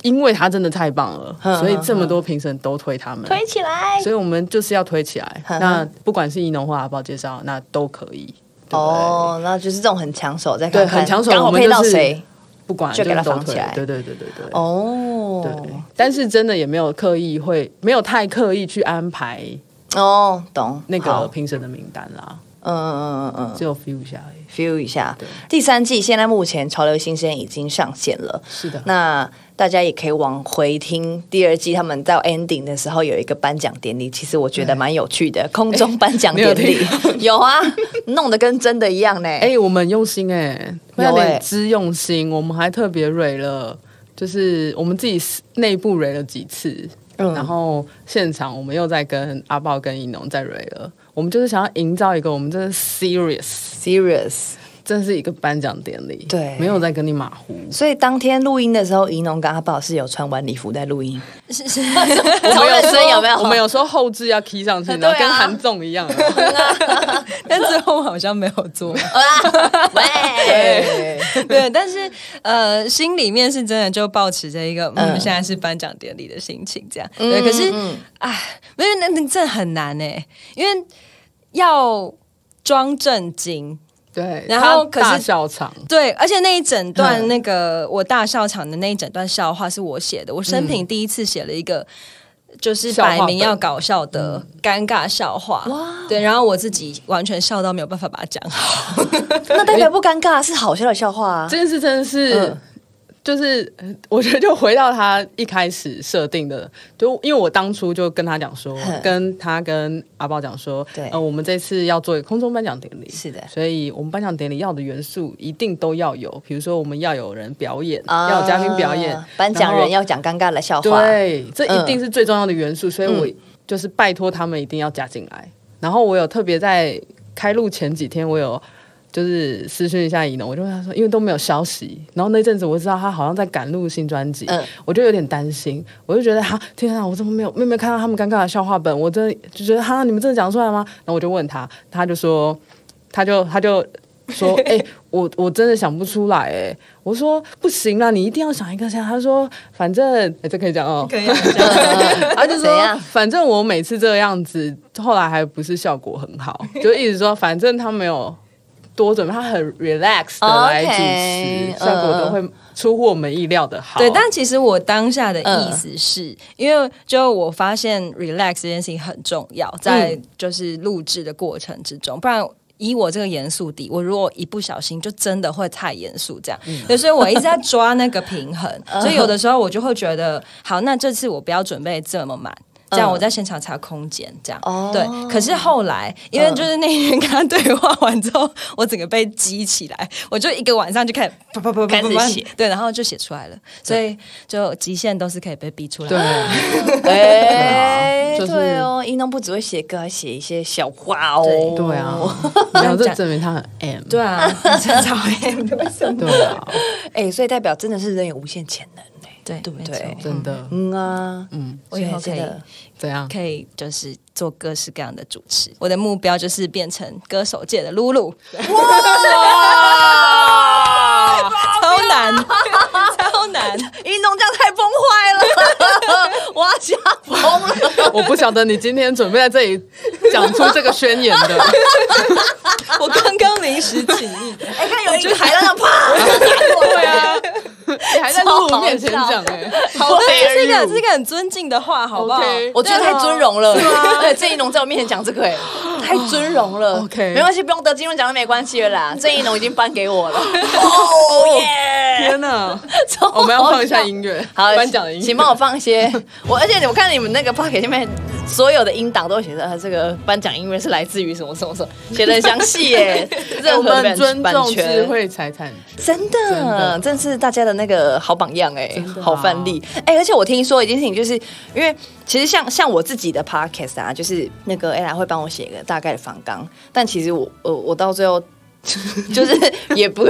C: 因为他真的太棒了，
A: 哼
C: 所以这么多评审都推他们，
A: 推起来
C: 所以我们就是要推起来。
A: 哼
C: 那不管是伊农或阿宝介绍，那都可以。对不对，
A: 哦，那就是这种很抢手，再看看
C: 对很抢手
A: 刚好
C: 我们
A: 配到
C: 就是
A: 谁
C: 不管
A: 就给它
C: 是都
A: 放起
C: 推
A: 来
C: 对对对对对。
A: 哦，
C: 对，但是真的也没有刻意会，没有太刻意去安排
A: 哦，懂
C: 那
A: 好
C: 个评审的名单啦，
A: 嗯嗯嗯嗯嗯
C: 只有 feel 一下而已。
A: ，feel 一下。第三季现在目前《潮流新生》已经上线了，
C: 是的，
A: 那大家也可以往回听第二季，他们到 ending 的时候有一个颁奖典礼，其实我觉得蛮有趣 的，空中颁奖典礼
C: 没有听
A: 有啊，弄得跟真的一 样呢。
C: 哎、我们用心哎、欸，
A: 有欸
C: 有点之用心，我们还特别蕊了，就是我们自己内部蕊了几次，
A: 嗯
C: 然后现场我们又在跟阿豹跟一农在蕊了，我们就是想要营造一个我们真的 serious，
A: serious，
C: 真是一个颁奖典礼，
A: 对
C: 没有在跟你马虎，
A: 所以当天录音的时候，怡农跟阿宝是有穿晚礼服在录音，
B: 是 是，
A: 超认真有没有？
C: 我们有时候后置要 key 上去，然
A: 对
C: 后跟
A: 啊
C: 韩总一样啊、
B: 但最后好像没有 做。
A: 啊喂，
B: 对，但是呃，心里面是真的就抱持着一个嗯，
A: 嗯
B: 现在是颁奖典礼的心情这样。对，可是哎，没有那那真的很难呢、因为要装正经。
C: 对，
B: 然后
C: 他
B: 可是
C: 大笑场，
B: 对，而且那一整段
A: 嗯
B: 那个、我大笑场的那一整段笑话是我写的，我生平第一次写了一个。就是
C: 笑话
B: 摆明
C: 本
B: 要搞笑的尴尬笑话，对，然后我自己完全笑到没有办法把它讲好，
A: 那代表不尴尬，是好笑的笑话啊
C: 这。件事真的是。
A: 嗯
C: 就是呃我觉得就回到他一开始设定的，就因为我当初就跟他讲说
A: 哼，
C: 跟他跟阿豹讲说，
A: 对
C: 呃，我们这次要做一个空中颁奖典礼，
A: 是的
C: 所以我们颁奖典礼要的元素一定都要有，比如说我们要有人表演，
A: 啊
C: 要有嘉宾表演，
A: 颁奖
C: 然后
A: 人要讲尴尬的笑话，
C: 对，这
A: 嗯
C: 一定是最重要的元素，所以我
A: 嗯
C: 就是拜托他们一定要加进来。然后我有特别在开录前几天，我有就是私讯一下怡农，我就问他说，因为都没有消息，然后那阵子我知道他好像在赶录新专辑，
A: 嗯
C: 我就有点担心，我就觉得哈，天啊，我怎么没有没有没有看到他们尴尬的笑话本？我真的就觉得哈，你们真的讲出来吗？然后我就问他，他就说，他就他就说，哎、我我真的想不出来、哎，我说不行啦，你一定要想一个想。他说，反正、哎，这可以讲哦，
B: 以
A: 啊
B: 讲。
C: 他就
A: 怎
C: 说
A: 样，
C: 反正我每次这样子，后来还不是效果很好，就一直说，反正他没有多准备，他很 relax 的来主
A: OK，
C: 持，效果都会出乎我们意料的好。
B: 对，但其实我当下的意思是、因为就我发现 relax 这件事情很重要，在就是录制的过程之中，不然。以我这个严肃底，我如果一不小心，就真的会太严肃这样。对所以我一直在抓那个平衡，所以有的时候我就会觉得，好，那这次我不要准备这么满。这样我在现场才有空间，这样、
A: 哦
B: 对。可是后来，因为就是那天跟他对话完之后，我整个被激起来，我就一个晚上就开始啪啪啪啪
A: 开始
B: 啪啪
A: 写
B: 对，然后就写出来了。所以就极限都是可以被逼出来
C: 对
B: 的。
A: 哎，
C: 就是
A: 对哦，一农不只会写歌，还写一些小话哦。
B: 对
C: 对啊，没有，
B: 这
C: 这
B: 样
C: 证明他很 M。
B: 对啊， 很欸讨厌的，为什么？
C: 对啊，
A: 哎，所以代表真的是人有无限潜能哎。
B: 对
A: 对不
B: 没
A: 对
B: 错
C: 真的，
A: 嗯啊，嗯，
B: 我以后可以
C: 怎样？
B: 可以就是做各式各样的主持。我的目标就是变成歌手界的露露，
A: 哇！
B: 超难，超难。
A: 一农这样太崩坏了， 我要吓疯了。
C: 我不晓得你今天准备在这里讲出这个宣言的，
B: 我刚刚临时起意，
A: 哎，看有一个海浪啪，对啊，
C: 你还 在录我面前讲哎，好
B: 我这是一个
C: dare
B: 这是一
C: you
B: 个很尊敬的话，好不好
C: OK
A: 我觉得太尊荣了，对， 郑一农在我面前讲这个，哎，太尊荣了。
C: OK
A: 没关系，不用得金钟奖没关系了啦。郑一农已经颁给我了，哦耶！
C: 天哪！哦我们要放一下音乐，
A: 好，
C: 颁奖的音乐，
A: 请帮我放一些。我而且我看你们那个 p o c k e t 里面所有的音档都会写着、啊、这个颁奖音乐是来自于什么什么什么，写的很详细 耶。任
C: 我
A: 何
C: 们
A: 版
C: 尊
A: 版
C: 重智
A: 权，
C: 慧财产权。
A: 真的，真是大家的那个好榜样哎、
C: 的啊
A: 好范例哎、而且我听说一件事情，就是因为其实像像我自己的 podcast 啊，就是那个 ella 会帮我写一个大概的方纲，但其实我我我到最后。 就是也不，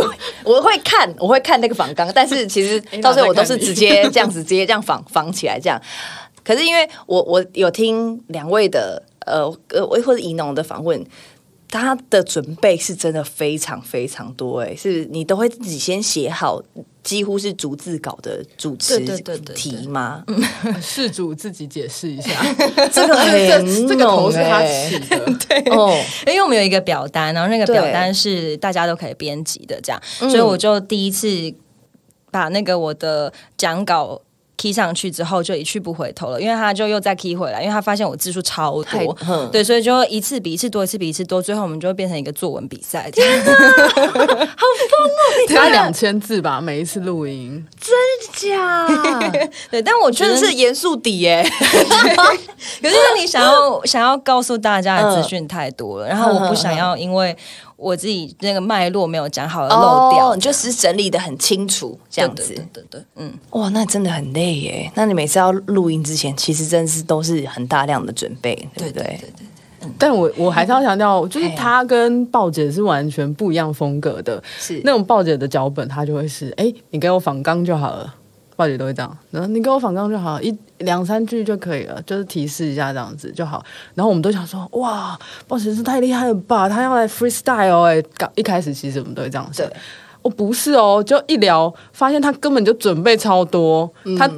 A: 我会看，我会看那个仿纲，但是其实到最后我都是直接这样子，直接这样仿仿起来这样。可是因为我我有听两位的呃呃或者怡农的访问，他的准备是真的非常非常多、欸，哎，是你都会自己先写好，几乎是逐字稿的主持
B: 对对对对对
A: 题吗？
C: 事主自己解释一下，
A: 这个很
C: 这这个头
A: 浓
C: 是他
A: 欸
C: 起 的，
A: 哦，
B: 因为我们有一个表单，然后那个表
A: 对嗯
B: 单是大家都可以编辑的，这样，所以我就第一次把那个我的讲稿。key 上去之后就一去不回头了，因为他就又再 key 回来，因为他发现我字数超
A: 太
B: 多
A: 嗯，
B: 对，所以就一次比一次多，一次比一次多，最后我们就会变成一个作文 比赛。这样
C: 他两千字吧，每一次录音。
A: 假，
B: 对，但我觉
A: 真
B: 得
A: 的是，
B: 是
A: 严肃底耶、
B: 可是因为你想
A: 嗯
B: 要想要告诉大家的资讯太多了，然后我不想要因为我自己那个脉络没有讲好而漏掉
A: 哦，你，就只是整理的很清楚这样子。
B: 对对对对，对嗯。
A: 哇，那真的很累耶。那你每次要录音之前，其实真是都是很大量的准备，对不对？
C: 但我我还是要强调，就是
A: 嘿
C: 他跟鲍姐是完全不一样风格的。
A: 是
C: 那种鲍姐的脚本，他就会是，哎、你给我仿纲就好了。鲍姐都会这样，然后你给我仿纲就好，一两三句就可以了，就是提示一下这样子就好。然后我们都想说，哇，鲍姐是太厉害了吧，他要来 freestyle 哎、刚一开始其实我们都会这样想
A: 对，
C: 哦，不是哦，就一聊发现他根本就准备超多，
A: 嗯
C: 他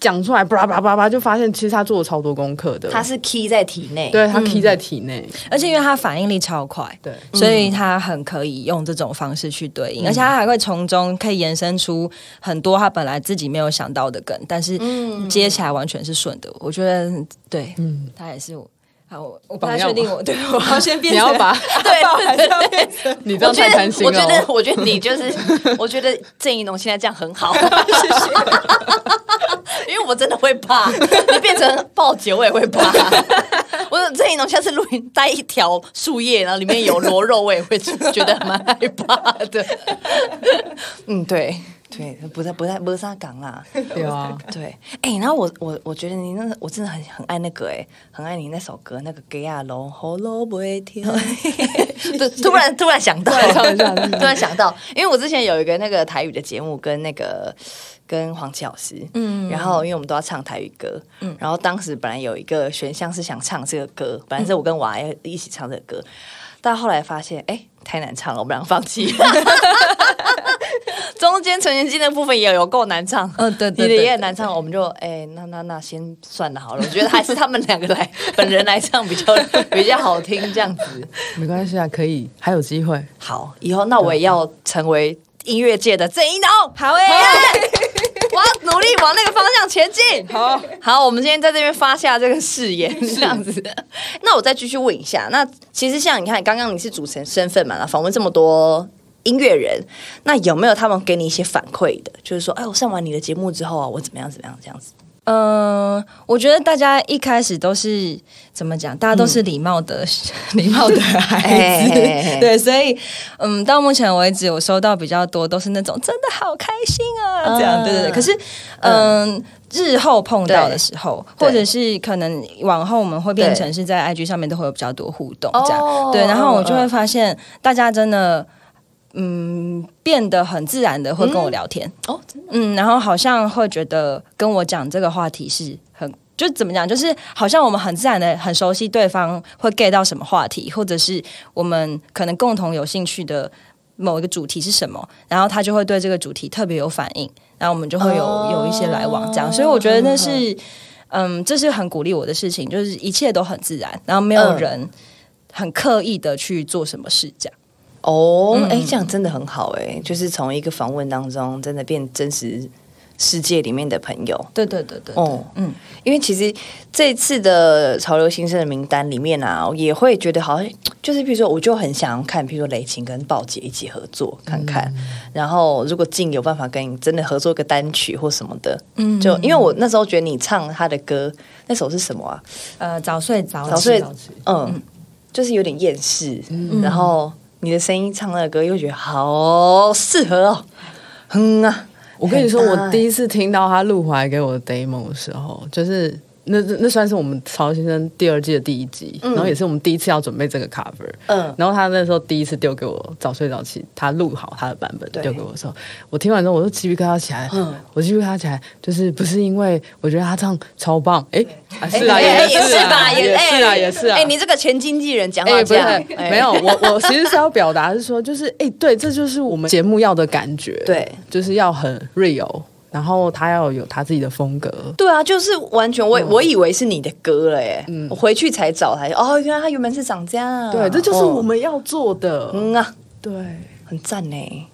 C: 讲出来叭叭叭叭，就发现其实他做了超多功课的，
A: 它是嗯 key 在体内，
C: 对他 key 在体内，
B: 而且因为他反应力超快，
C: 对嗯
B: 所以他很可以用这种方式去对应，而且他还会从中可以延伸出很多他本来自己没有想到的梗，但是
C: 嗯
B: 接起来完全是顺的。我觉得对，他也是我。好，我我不太
C: 榜样
B: 确定
C: 嘛
B: 我，对我要先变
C: 你
B: 成，
C: 要把
A: 对对对对。
C: 你这
A: 我
C: 样
A: 觉
C: 太贪
A: 得，
C: 心了
A: 我
C: 哦、
A: 觉得，我觉得你就是，我觉得郑怡农现在这样很好， 谢谢。因为我真的会怕，你变成报姐我也会怕。我说郑怡农下次录音带一条树叶，然后里面有螺肉，我也会觉得蛮害怕的。嗯，对对，不太不太不是他港啦。
C: 对啊，
A: 对，哎、然后我我我觉得你那个我真的很很爱那个哎、很爱你那首歌，那个《给啊龙喉咙不会 跳》，突突然突然想到，
C: 然唱一下
A: 突然想到，因为我之前有一个那个台语的节目，跟那个跟黄琦老师，嗯，然后因为我们都要唱台语歌，嗯，然后当时本来有一个选项是想唱这个歌，本来是我跟娃要一起唱这个歌，但后来发现哎、太难唱了，我们俩放弃。 中间成年纪那部分也有够难唱，
B: 嗯对对对
A: 你的也很难唱，我们就哎、那那那先算了好了，我觉得还是他们两个来 本人来唱比较比较好听，这样子。
C: 没关系啊，可以，还有机会。
A: 好，以后那我也要成为音乐界的郑一农，
B: 好诶、
A: 我要努力往那个方向前进。
B: 好，
A: 好，我们今天在这边发下这个誓言，这样子。那我再继续问一下，那其实像你看，刚刚你是主持人身份嘛，那访问这么多音乐人，那有没有他们给你一些反馈的？就是说，哎，我上完你的节目之后啊，我怎么样怎么样这样子？
B: 嗯，我觉得大家一开始都是怎么讲？大家都是礼貌的、礼貌的孩子，
A: 嗯哎哎哎哎
B: 对，所以嗯，到目前为止，我收到比较多都是那种真的好开心啊，这样，对对对。可是嗯。日后碰到的时候，
A: 对
B: 或者是可能往后我们会变
A: 对
B: 成是在 IG 上面都会有比较多互动，这样、
A: 哦
B: 对。然后我就
A: 嗯
B: 会
A: 嗯
B: 发现大家真的，嗯，变得很自然的会跟我聊天，
A: 哦，真的，
B: 嗯，然后好像会觉得跟我讲这个话题是很。就怎么讲，就是好像我们很自然的很熟悉对方会 get 到什么话题，或者是我们可能共同有兴趣的某一个主题是什么，然后他就会对这个主题特别有反应，然后我们就会有、有一些来往这样，所以我觉得那是，哦嗯，这是很鼓励我的事情，就是一切都很自然，然后没有
A: 嗯
B: 人很刻意的去做什么事这样。
A: 哦，哎，这样真的很好哎、就是从一个访问当中，真的变真实世界里面的朋友。
B: 对对对对对
A: 哦，
B: 嗯
A: 嗯，因为其实这次的潮流新生的名单里面啊，也会觉得好像就是比如说，我就很想看，比如说雷晴跟鲍姐一起合作看看。然后如果静有办法跟你真的合作个单曲或什么的，嗯，就因为我那时候觉得你唱他的歌，那首是什么啊？
B: 呃，早睡早
A: 早
B: 起
A: 睡
C: 早起，
A: 嗯，就是有点厌世，然后你的声音唱那个歌，又觉得好适合哦，哼啊，
C: 我跟你说，
A: 很大欸
C: 我第一次听到他录回来给我的 demo 的时候，就是那那那算是我们曹先生第二季的第一集，然后也是我们第一次要准备这个 cover。
A: 嗯
C: 然后他那时候第一次丢给我早睡早起，他录好他的版本
A: 对嗯
C: 丢给我的时候，我听完之后我就鸡皮疙瘩起来，我鸡皮疙瘩起来，就是不是因为我觉得他唱超棒，哎、啊是啊，
A: 哎也
C: 是
A: 吧，
C: 啊，也是啊，
A: 哎
C: 也是啊，
A: 哎，你这个前经纪人讲
C: 哎、
A: 话
C: 不
A: 这
C: 是
A: 样，哎
C: 没有，我我其实是要表达是说，就是哎、对，这就是我们节目要的感觉，
A: 对，
C: 就是要很 real，然后他要有他自己的风格。
A: 对啊，就是完全我、
C: 嗯
A: 我以为是你的歌了耶，我回去才找他，哦，原来他原本是长这样，
C: 对，这就是
A: 哦
C: 我们要做的。
A: 嗯啊，
C: 对，
A: 很赞呢，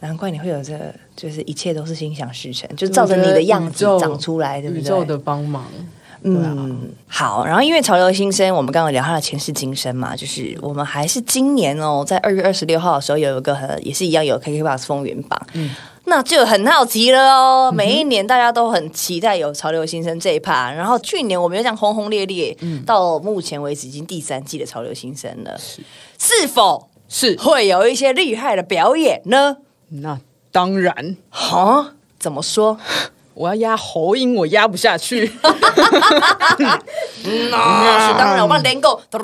A: 难怪你会有这个，就是一切都是心想事成，就照着你的样子
C: 我觉得宇宙
A: 长出来，对不对？
C: 宇宙的帮忙，啊
A: 嗯，好。然后因为潮流新生，我们刚刚有聊他的前世今生嘛，就是我们还是今年哦，在二月二十六号的时候有一个很也是一样有 KKBOX 风云榜。
C: 嗯
A: 那就很好奇了哦，每一年大家都很期待有潮流新生这一趴，然后去年我们又这样轰轰烈烈，
C: 嗯
A: 到目前为止已经第三季的潮流新生了，是否
C: 是
A: 会有一些厉害的表演呢？
C: 那当然，
A: 哈，怎么 说？
C: 我要压喉音，我压不下去。
A: 那是当然，我们连够，咚，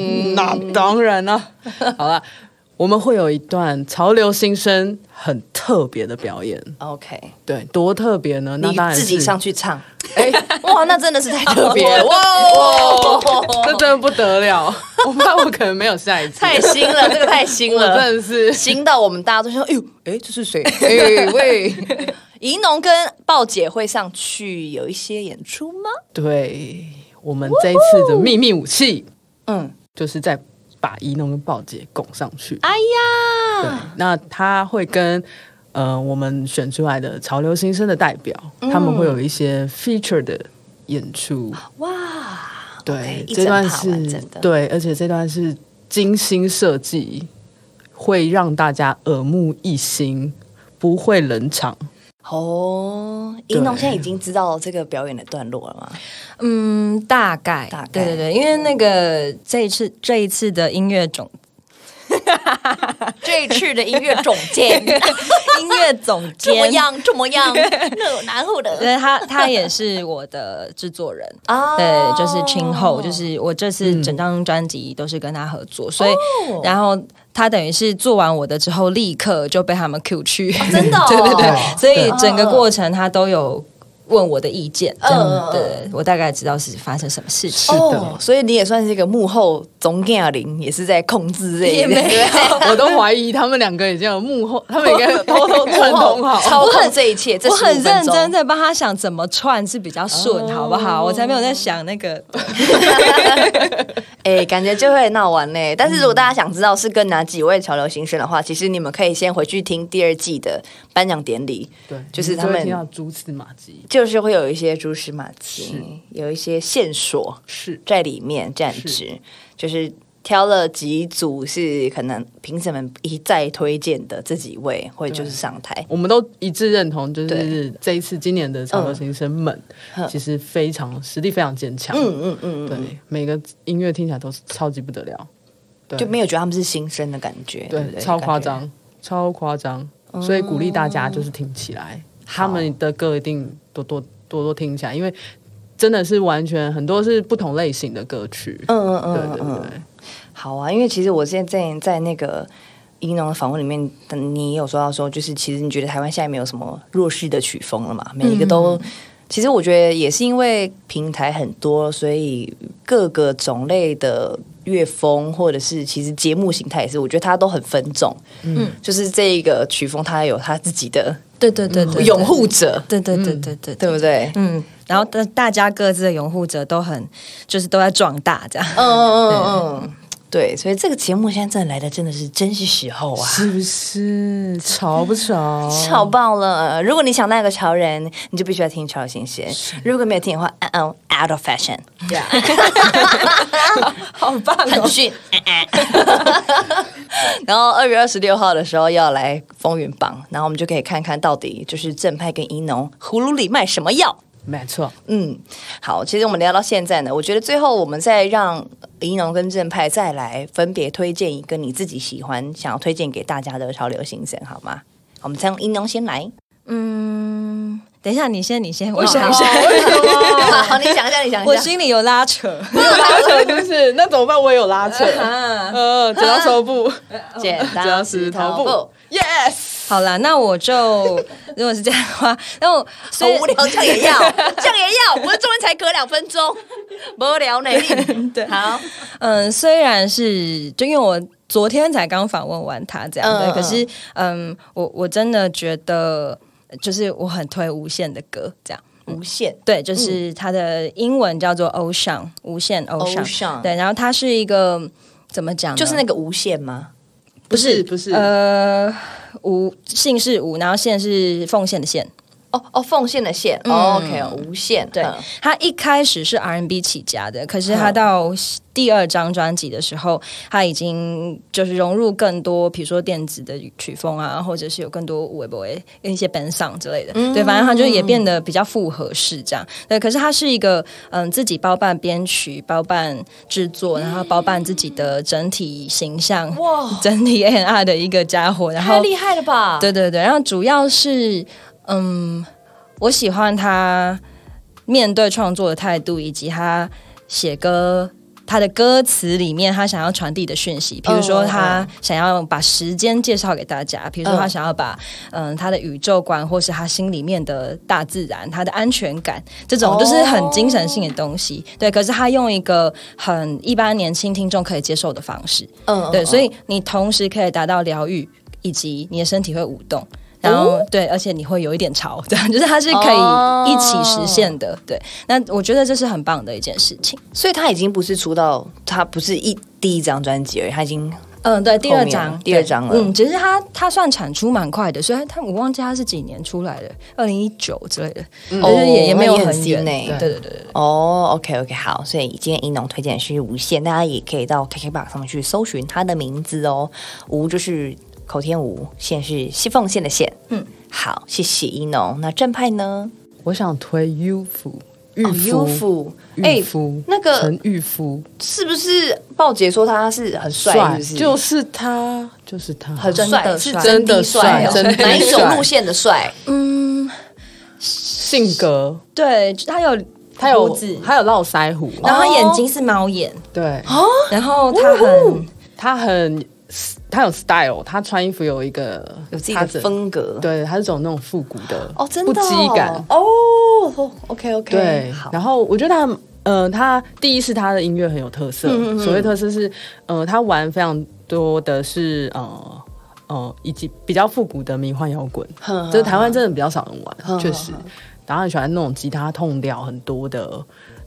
C: 那当然了、好了，我们会有一段潮流新生很特别的表演，
A: OK，
C: 对，多特别呢？那
A: 你
C: 当然是
A: 自己上去唱。
C: 哎。
A: 哇，那真的是太特别了哇
C: 哇！ 这真的不得了， 我怕我可能没有下一次，
A: 太新了，这个太新
C: 我
A: 了，
C: 真的是，
A: 新到我们大家都说，哎呦，哎，这是 谁？
C: 哎喂，
A: 怡农跟鲍姐会上去有一些演出吗？
C: 对我们这一次的秘密武器，
A: 嗯，
C: 就是在把怡农跟鲍姐拱上去。
A: 哎
C: 对
A: 呀，，
C: 那他会跟呃我们选出来的潮流新生的代表，
A: 嗯
C: 他们会有一些 feature 的演出。
A: 哇，
C: 对，
A: 哦一
C: 这
A: 整
C: 段
A: 趴完
C: 是
A: 整的
C: 对，而且这段是精心设计，会让大家耳目一新，不会冷场。
A: 哦，怡农现在已经知道这个表演的段落了吗？
B: 嗯，大概，
A: 大概
B: 对对对，因为那个这一次这一次的音乐总
A: 这一次的音乐总监
B: 音乐总
A: 这么
B: 监，
A: 样，这么样，那有难后的
B: 对他他也是我的制作人。
A: 啊
B: 对，就是群后，就是我这
A: 嗯
B: 次整张专辑都是跟他合作，所以
A: 哦
B: 然后他等于是做完我的之后，立刻就被他们 Q 去，
A: 真的哦
B: 对对
C: 哦
B: 对，所以整个过程他都有问我的意见，这样
A: 嗯嗯嗯
B: 对我大概知道是发生什么事情
C: 是。的
A: 哦，所以你也算是一个幕后总监零，也是在控制这一
B: 也没有
C: 我都怀疑他们两个已经有幕 后，他们应该 偷 偷串通好。
A: 操控这一切，这
B: 我很
A: 15分
B: 认
A: 钟
B: 真。在帮他想怎么串是比较顺，好不好？我才没有在想那个。
A: 哎、感觉就会闹完嘞。但是如果大家想知道是跟哪几位潮流新生的话，其实你们可以先回去听第二季的颁奖典礼，
C: 对，
A: 就是
C: 嗯你
A: 他
C: 会
A: 们
C: 听啊到蛛丝马迹，
A: 就是会有一些蛛丝马迹，有一些线索
C: 是
A: 在里面站直，就是。挑了几组是可能评审们一再推荐的这几位会就是上台，
C: 我们都一致认同，就
A: 对
C: 是这一次今年的潮流新生们，其实非常实力非常坚强。
A: 嗯嗯嗯，
C: 对，每个音乐听起来都是超级不得了，对
A: 就没有觉得他们是新生的感觉，对不
C: 对
A: 对，哦
C: 超夸，张，超夸张。所以鼓励大家就是听起来，他们的歌一定多多多多听起来，因为真的是完全很多是不同类型的歌曲。
A: 感觉嗯嗯
C: 对
A: 嗯
C: 对
A: 嗯
C: 对，
A: 好啊，因为其实我之前在在那个伊农的访问里面，你也有说到说，就是其实你觉得台湾现在没有什么弱势的曲风了嘛，每一个都。其实我觉得也是因为平台很多，所以各个种类的乐风，或者是其实节目形态也是，我觉得它都很分众。嗯，就是这一个曲风，它有它自己的
B: 对对对对，
A: 拥护者，
B: 对，对对对对对
A: 对不对？
B: 嗯，然后大大家各自的拥护者都很，就是都在壮大这样。
A: 嗯嗯嗯嗯，对，所以这个节目现在真的来的真的是真是时候啊！
C: 是不是潮不潮？
A: 吵爆了！呃如果你想那个潮人，你就必须要听潮流新鲜。如果没有听的话，嗯嗯，out of fashion，
C: Yeah
B: 好棒哦
A: 很逊然后二月二十六号的时候要来风云榜，然后我们就可以看看到底就是正派跟一农葫芦里卖什么药。
C: 没错，
A: 嗯，好，其实我们聊到现在呢，我觉得最后我们再让怡农跟正派再来分别推荐一个你自己喜欢、想要推荐给大家的潮流新生，好吗？我们再用怡农先来，
B: 嗯，等一下，你先，你先，哦我
C: 想
B: 一下，
A: 好，你想一下，你想一下，
B: 我心里有拉 扯。
C: 拉扯是不是？那怎么办？我也有 拉扯，
B: 嗯
C: 呃，剪刀石头布，
A: 剪
C: 剪
A: 刀
C: 刀
A: 石哦
C: 石
A: 头
C: 头布
A: 布，
C: ，yes，
B: 好啦，那我就如果是这样的话，那我
A: 好
B: 所以
A: 无聊，哦这样也要， 这样也要，我们中间才隔两分钟， 无聊呢。 对，好，
B: 嗯，虽然是就因为我昨天才刚访问完他这样
A: 嗯
B: 对，
A: 嗯
B: 可是嗯，我我真的觉得就是我很推无限的歌这样。
A: 无限
B: 对，就是它的英文叫做 Ocean，无限 Ocean。
A: Ocean
B: 对，然后它是一个怎么讲呢？
A: 就是那个无限吗？
C: 不是不是，
B: 呃，无姓是无，然后线是奉献的献。
A: 哦哦，奉献的献哦，OK，哦无限，
B: 对
A: 嗯，
B: 他一开始是 R&B 起家的，可是他到第二张专辑的时候，他已经就是融入更多，比如说电子的曲风啊，或者是有更多微博跟一些 b a n song 之类的。对，反正他就也变得比较复合式这样。对，可是他是一个嗯自己包办编曲、包办制作，然后包办自己的整体形象、
A: 哇
B: 整体 N R 的一个家伙，然
A: 太
B: 后
A: 厉害了吧？
B: 对对对，然后主要是，嗯，我喜欢他面对创作的态度，以及他写歌。他的歌词里面，他想要传递的讯息，比如说他想要把时间介绍给大家，比如说他想要把嗯他的宇宙观，或是他心里面的大自然、他的安全感，这种就是很精神性的东西。对，可是他用一个很一般年轻听众可以接受的方式，
A: 嗯
B: 对，所
A: 以
B: 以你同时可以达到疗愈，以及你的身体会舞
A: 哦
B: 动。然后、对，而且你会有一点潮， 这样就是它是可以一起实现的。
A: 哦
B: 对，那我觉得这是很棒的一件事情。
A: 所以他已经不是出道，他不是一第一张专辑而已，他已经
B: 嗯，对，第
A: 后
B: 二
A: 面啊
B: 章，
A: 第二章了
B: 对嗯，其实它它算产出蛮快的，虽然它我忘记它是几年出来的，二零一九之类的，就是也、
A: 哦
B: 也没有
A: 那也很
B: 很远。
A: 新欸
B: 对对对对。
A: 哦，OK OK，好，所以今天一农推荐的是无限，大家也可以到 KKBOX 上面去搜寻他的名字哦。无就是口天吴，线是西凤线的线。嗯，好，谢谢一农。那正派呢？
C: 我想推迂腐，
A: 哦
C: 迂腐，
A: 夫，哎
C: 迂，腐，
A: 那个
C: 陈迂腐
A: 是不是鲍姐说他是很帅，是不是
C: 就是他，就是他，
A: 很
B: 真
A: 帅，
B: 的
A: 是
B: 帅
A: 真的
C: 真的
A: 帅哦，
C: 帅真的
A: 哪一种
C: 帅
A: 路线的帅？
C: 性格，
B: 对，他有
C: 他有
B: 胡子，
C: 他有络腮胡，
B: 然
A: 哦
B: 后他眼睛是猫眼，
C: 对，
A: 啊
B: 然后他
A: 哦
B: 很
C: 他很他有 style，他穿衣服有一个
A: 有自己
C: 他
A: 的风格。
C: 对，他是走那种复古的
A: 哦，真的
C: 不
A: 哦
C: 羁感，
A: 哦。OK OK，
C: 对
A: 好，。
C: 然后我觉得他，呃，他第一是他的音乐很有特色，
A: 嗯
C: 所谓特色是，呃，他玩非常多的是呃。呃，以及比较复古的迷幻摇滚，就是台湾真的比较少人玩，确实。然后很喜欢那种吉他痛调很多的，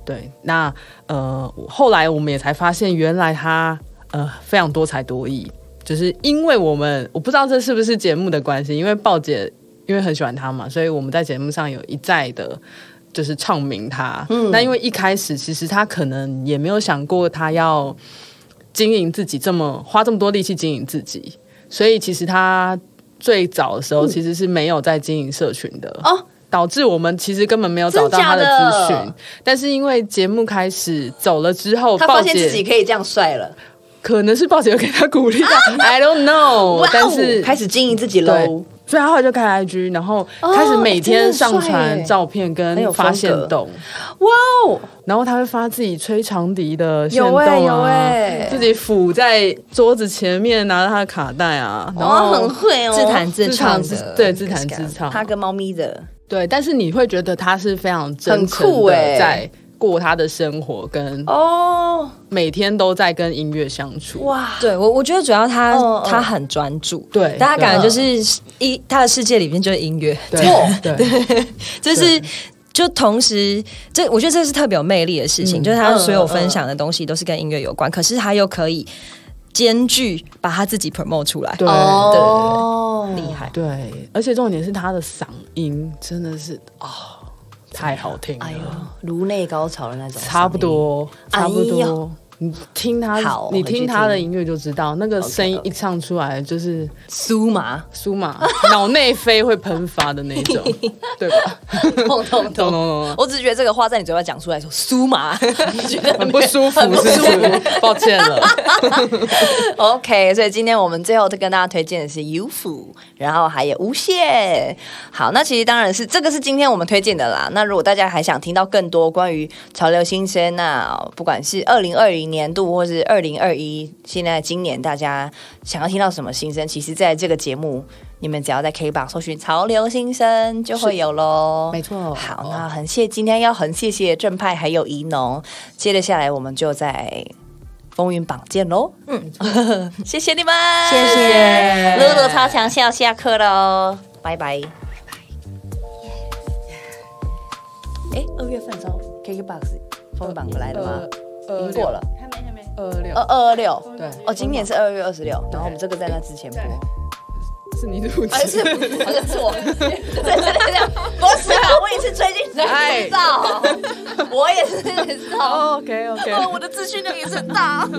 C: 对。那呃，后来我们也才发现，原来他呃非常多才多艺，就是因为我们我不知道这是不是节目的关系，因为鲍姐因为很喜欢他嘛，所以我们在节目上有一再的就是唱明他。
A: 嗯
C: 那因为一开始其实他可能也没有想过他要经营自己这么花这么多力气经营自己，所以其实他最早的时候其实是没有在经营社群的
A: 嗯哦。
C: 导致我们其实根本没有找到
A: 真假
C: 他的
A: 的
C: 资讯，但是因为节目开始走了之后，
A: 他
C: 鲍
A: 发现自己
C: 姐
A: 可以这样帅了，
C: 可能是鲍姐有给他鼓励吧、i don't know，、
A: 啊哇哦
C: 但是
A: 开始经营自己
C: 对
A: 喽。，哦
C: 所以他后来就开 IG，然后开始每天上传照片
A: 真的很
C: 跟
A: 帅耶
C: 发现动，
A: 哇哦，
C: 然后他会发自己吹长笛的现
A: 有
C: 动
A: 欸有
C: 啊，
A: 欸
C: 自己俯在桌子前面拿着他的卡带啊，然
A: 哇，
C: 后
A: 很会哦，
B: 自弹自唱
C: 自
B: 的，
C: 对自弹自唱，
A: 他跟猫咪的
C: 对，但是你会觉得他是非常真诚
A: 很酷
C: 的
A: 欸
C: 在过他的生活，跟
A: 哦，
C: 每天都在跟音乐相处，
A: 哇，
B: 对我，我觉得主要他、
A: 嗯嗯
B: 他很专注，
C: 对啊
B: 大家感觉就是一他的世界里面就是音乐，
C: 对对
B: 就是。就同时，这我觉得这是特别有魅力的事
C: 嗯
B: 情，就是他所有分享的东西都是跟音乐有关，可是他又可以兼具把他自己 promote 出来，
C: 对
A: 哦，
B: 厉害。
C: 对，而且重点是他的嗓音真的是啊、太好听了，
A: 哦哎呦，颅内高潮的那种，
C: 差不，多，
A: 哎
C: 差
A: 呦
C: 不多，你听他，
A: 好
C: 你
A: 我回去
C: 听他的音乐就知道，那个声音
A: OK，OK
C: 一唱出来就是
A: 酥麻，
C: 苏马 脑内啡会喷发的那 一种，对吧？
A: 痛痛
C: 懂懂懂
A: 痛！我只是觉得这个话在你嘴巴讲出来的时候酥麻， 觉得
C: 很不舒服，
A: 很不
C: 是
A: 舒
C: 不是？抱 歉了。
A: OK，所以今天我们最后跟大家推荐的是 u f o 然后还有无限。好，那其实当然是这个是今天我们推荐的啦。那如果大家还想听到更多关于潮流新生，那不管是二零二零年度或是二零二一，现在今年大家想要听到什么新生，其实在这个节目。你们只要在 K 榜搜寻“潮流新生”就会有喽，
C: 没错
A: 好，那很谢今天要很谢谢正派还有怡农，接着下来我们就在风云榜见喽。嗯， 谢谢你们，谢
B: 谢
A: 露露超强是要下课喽，拜拜。哎，二月份的时候，KKBOX 风云榜回来了吗？
C: 呃
A: 赢过了，
D: 还没还没。
C: 二六
A: 二二二六。
C: 对，
A: 哦，今年是二月二十六，然后我们这个在那之前播，
C: 是你主
A: 哎，是
C: 持
A: 不是 我？对对对对，不是啊，我也是最近才知 道，我也是知道。
C: 哦，OK OK。
A: 我的资讯量也是很大。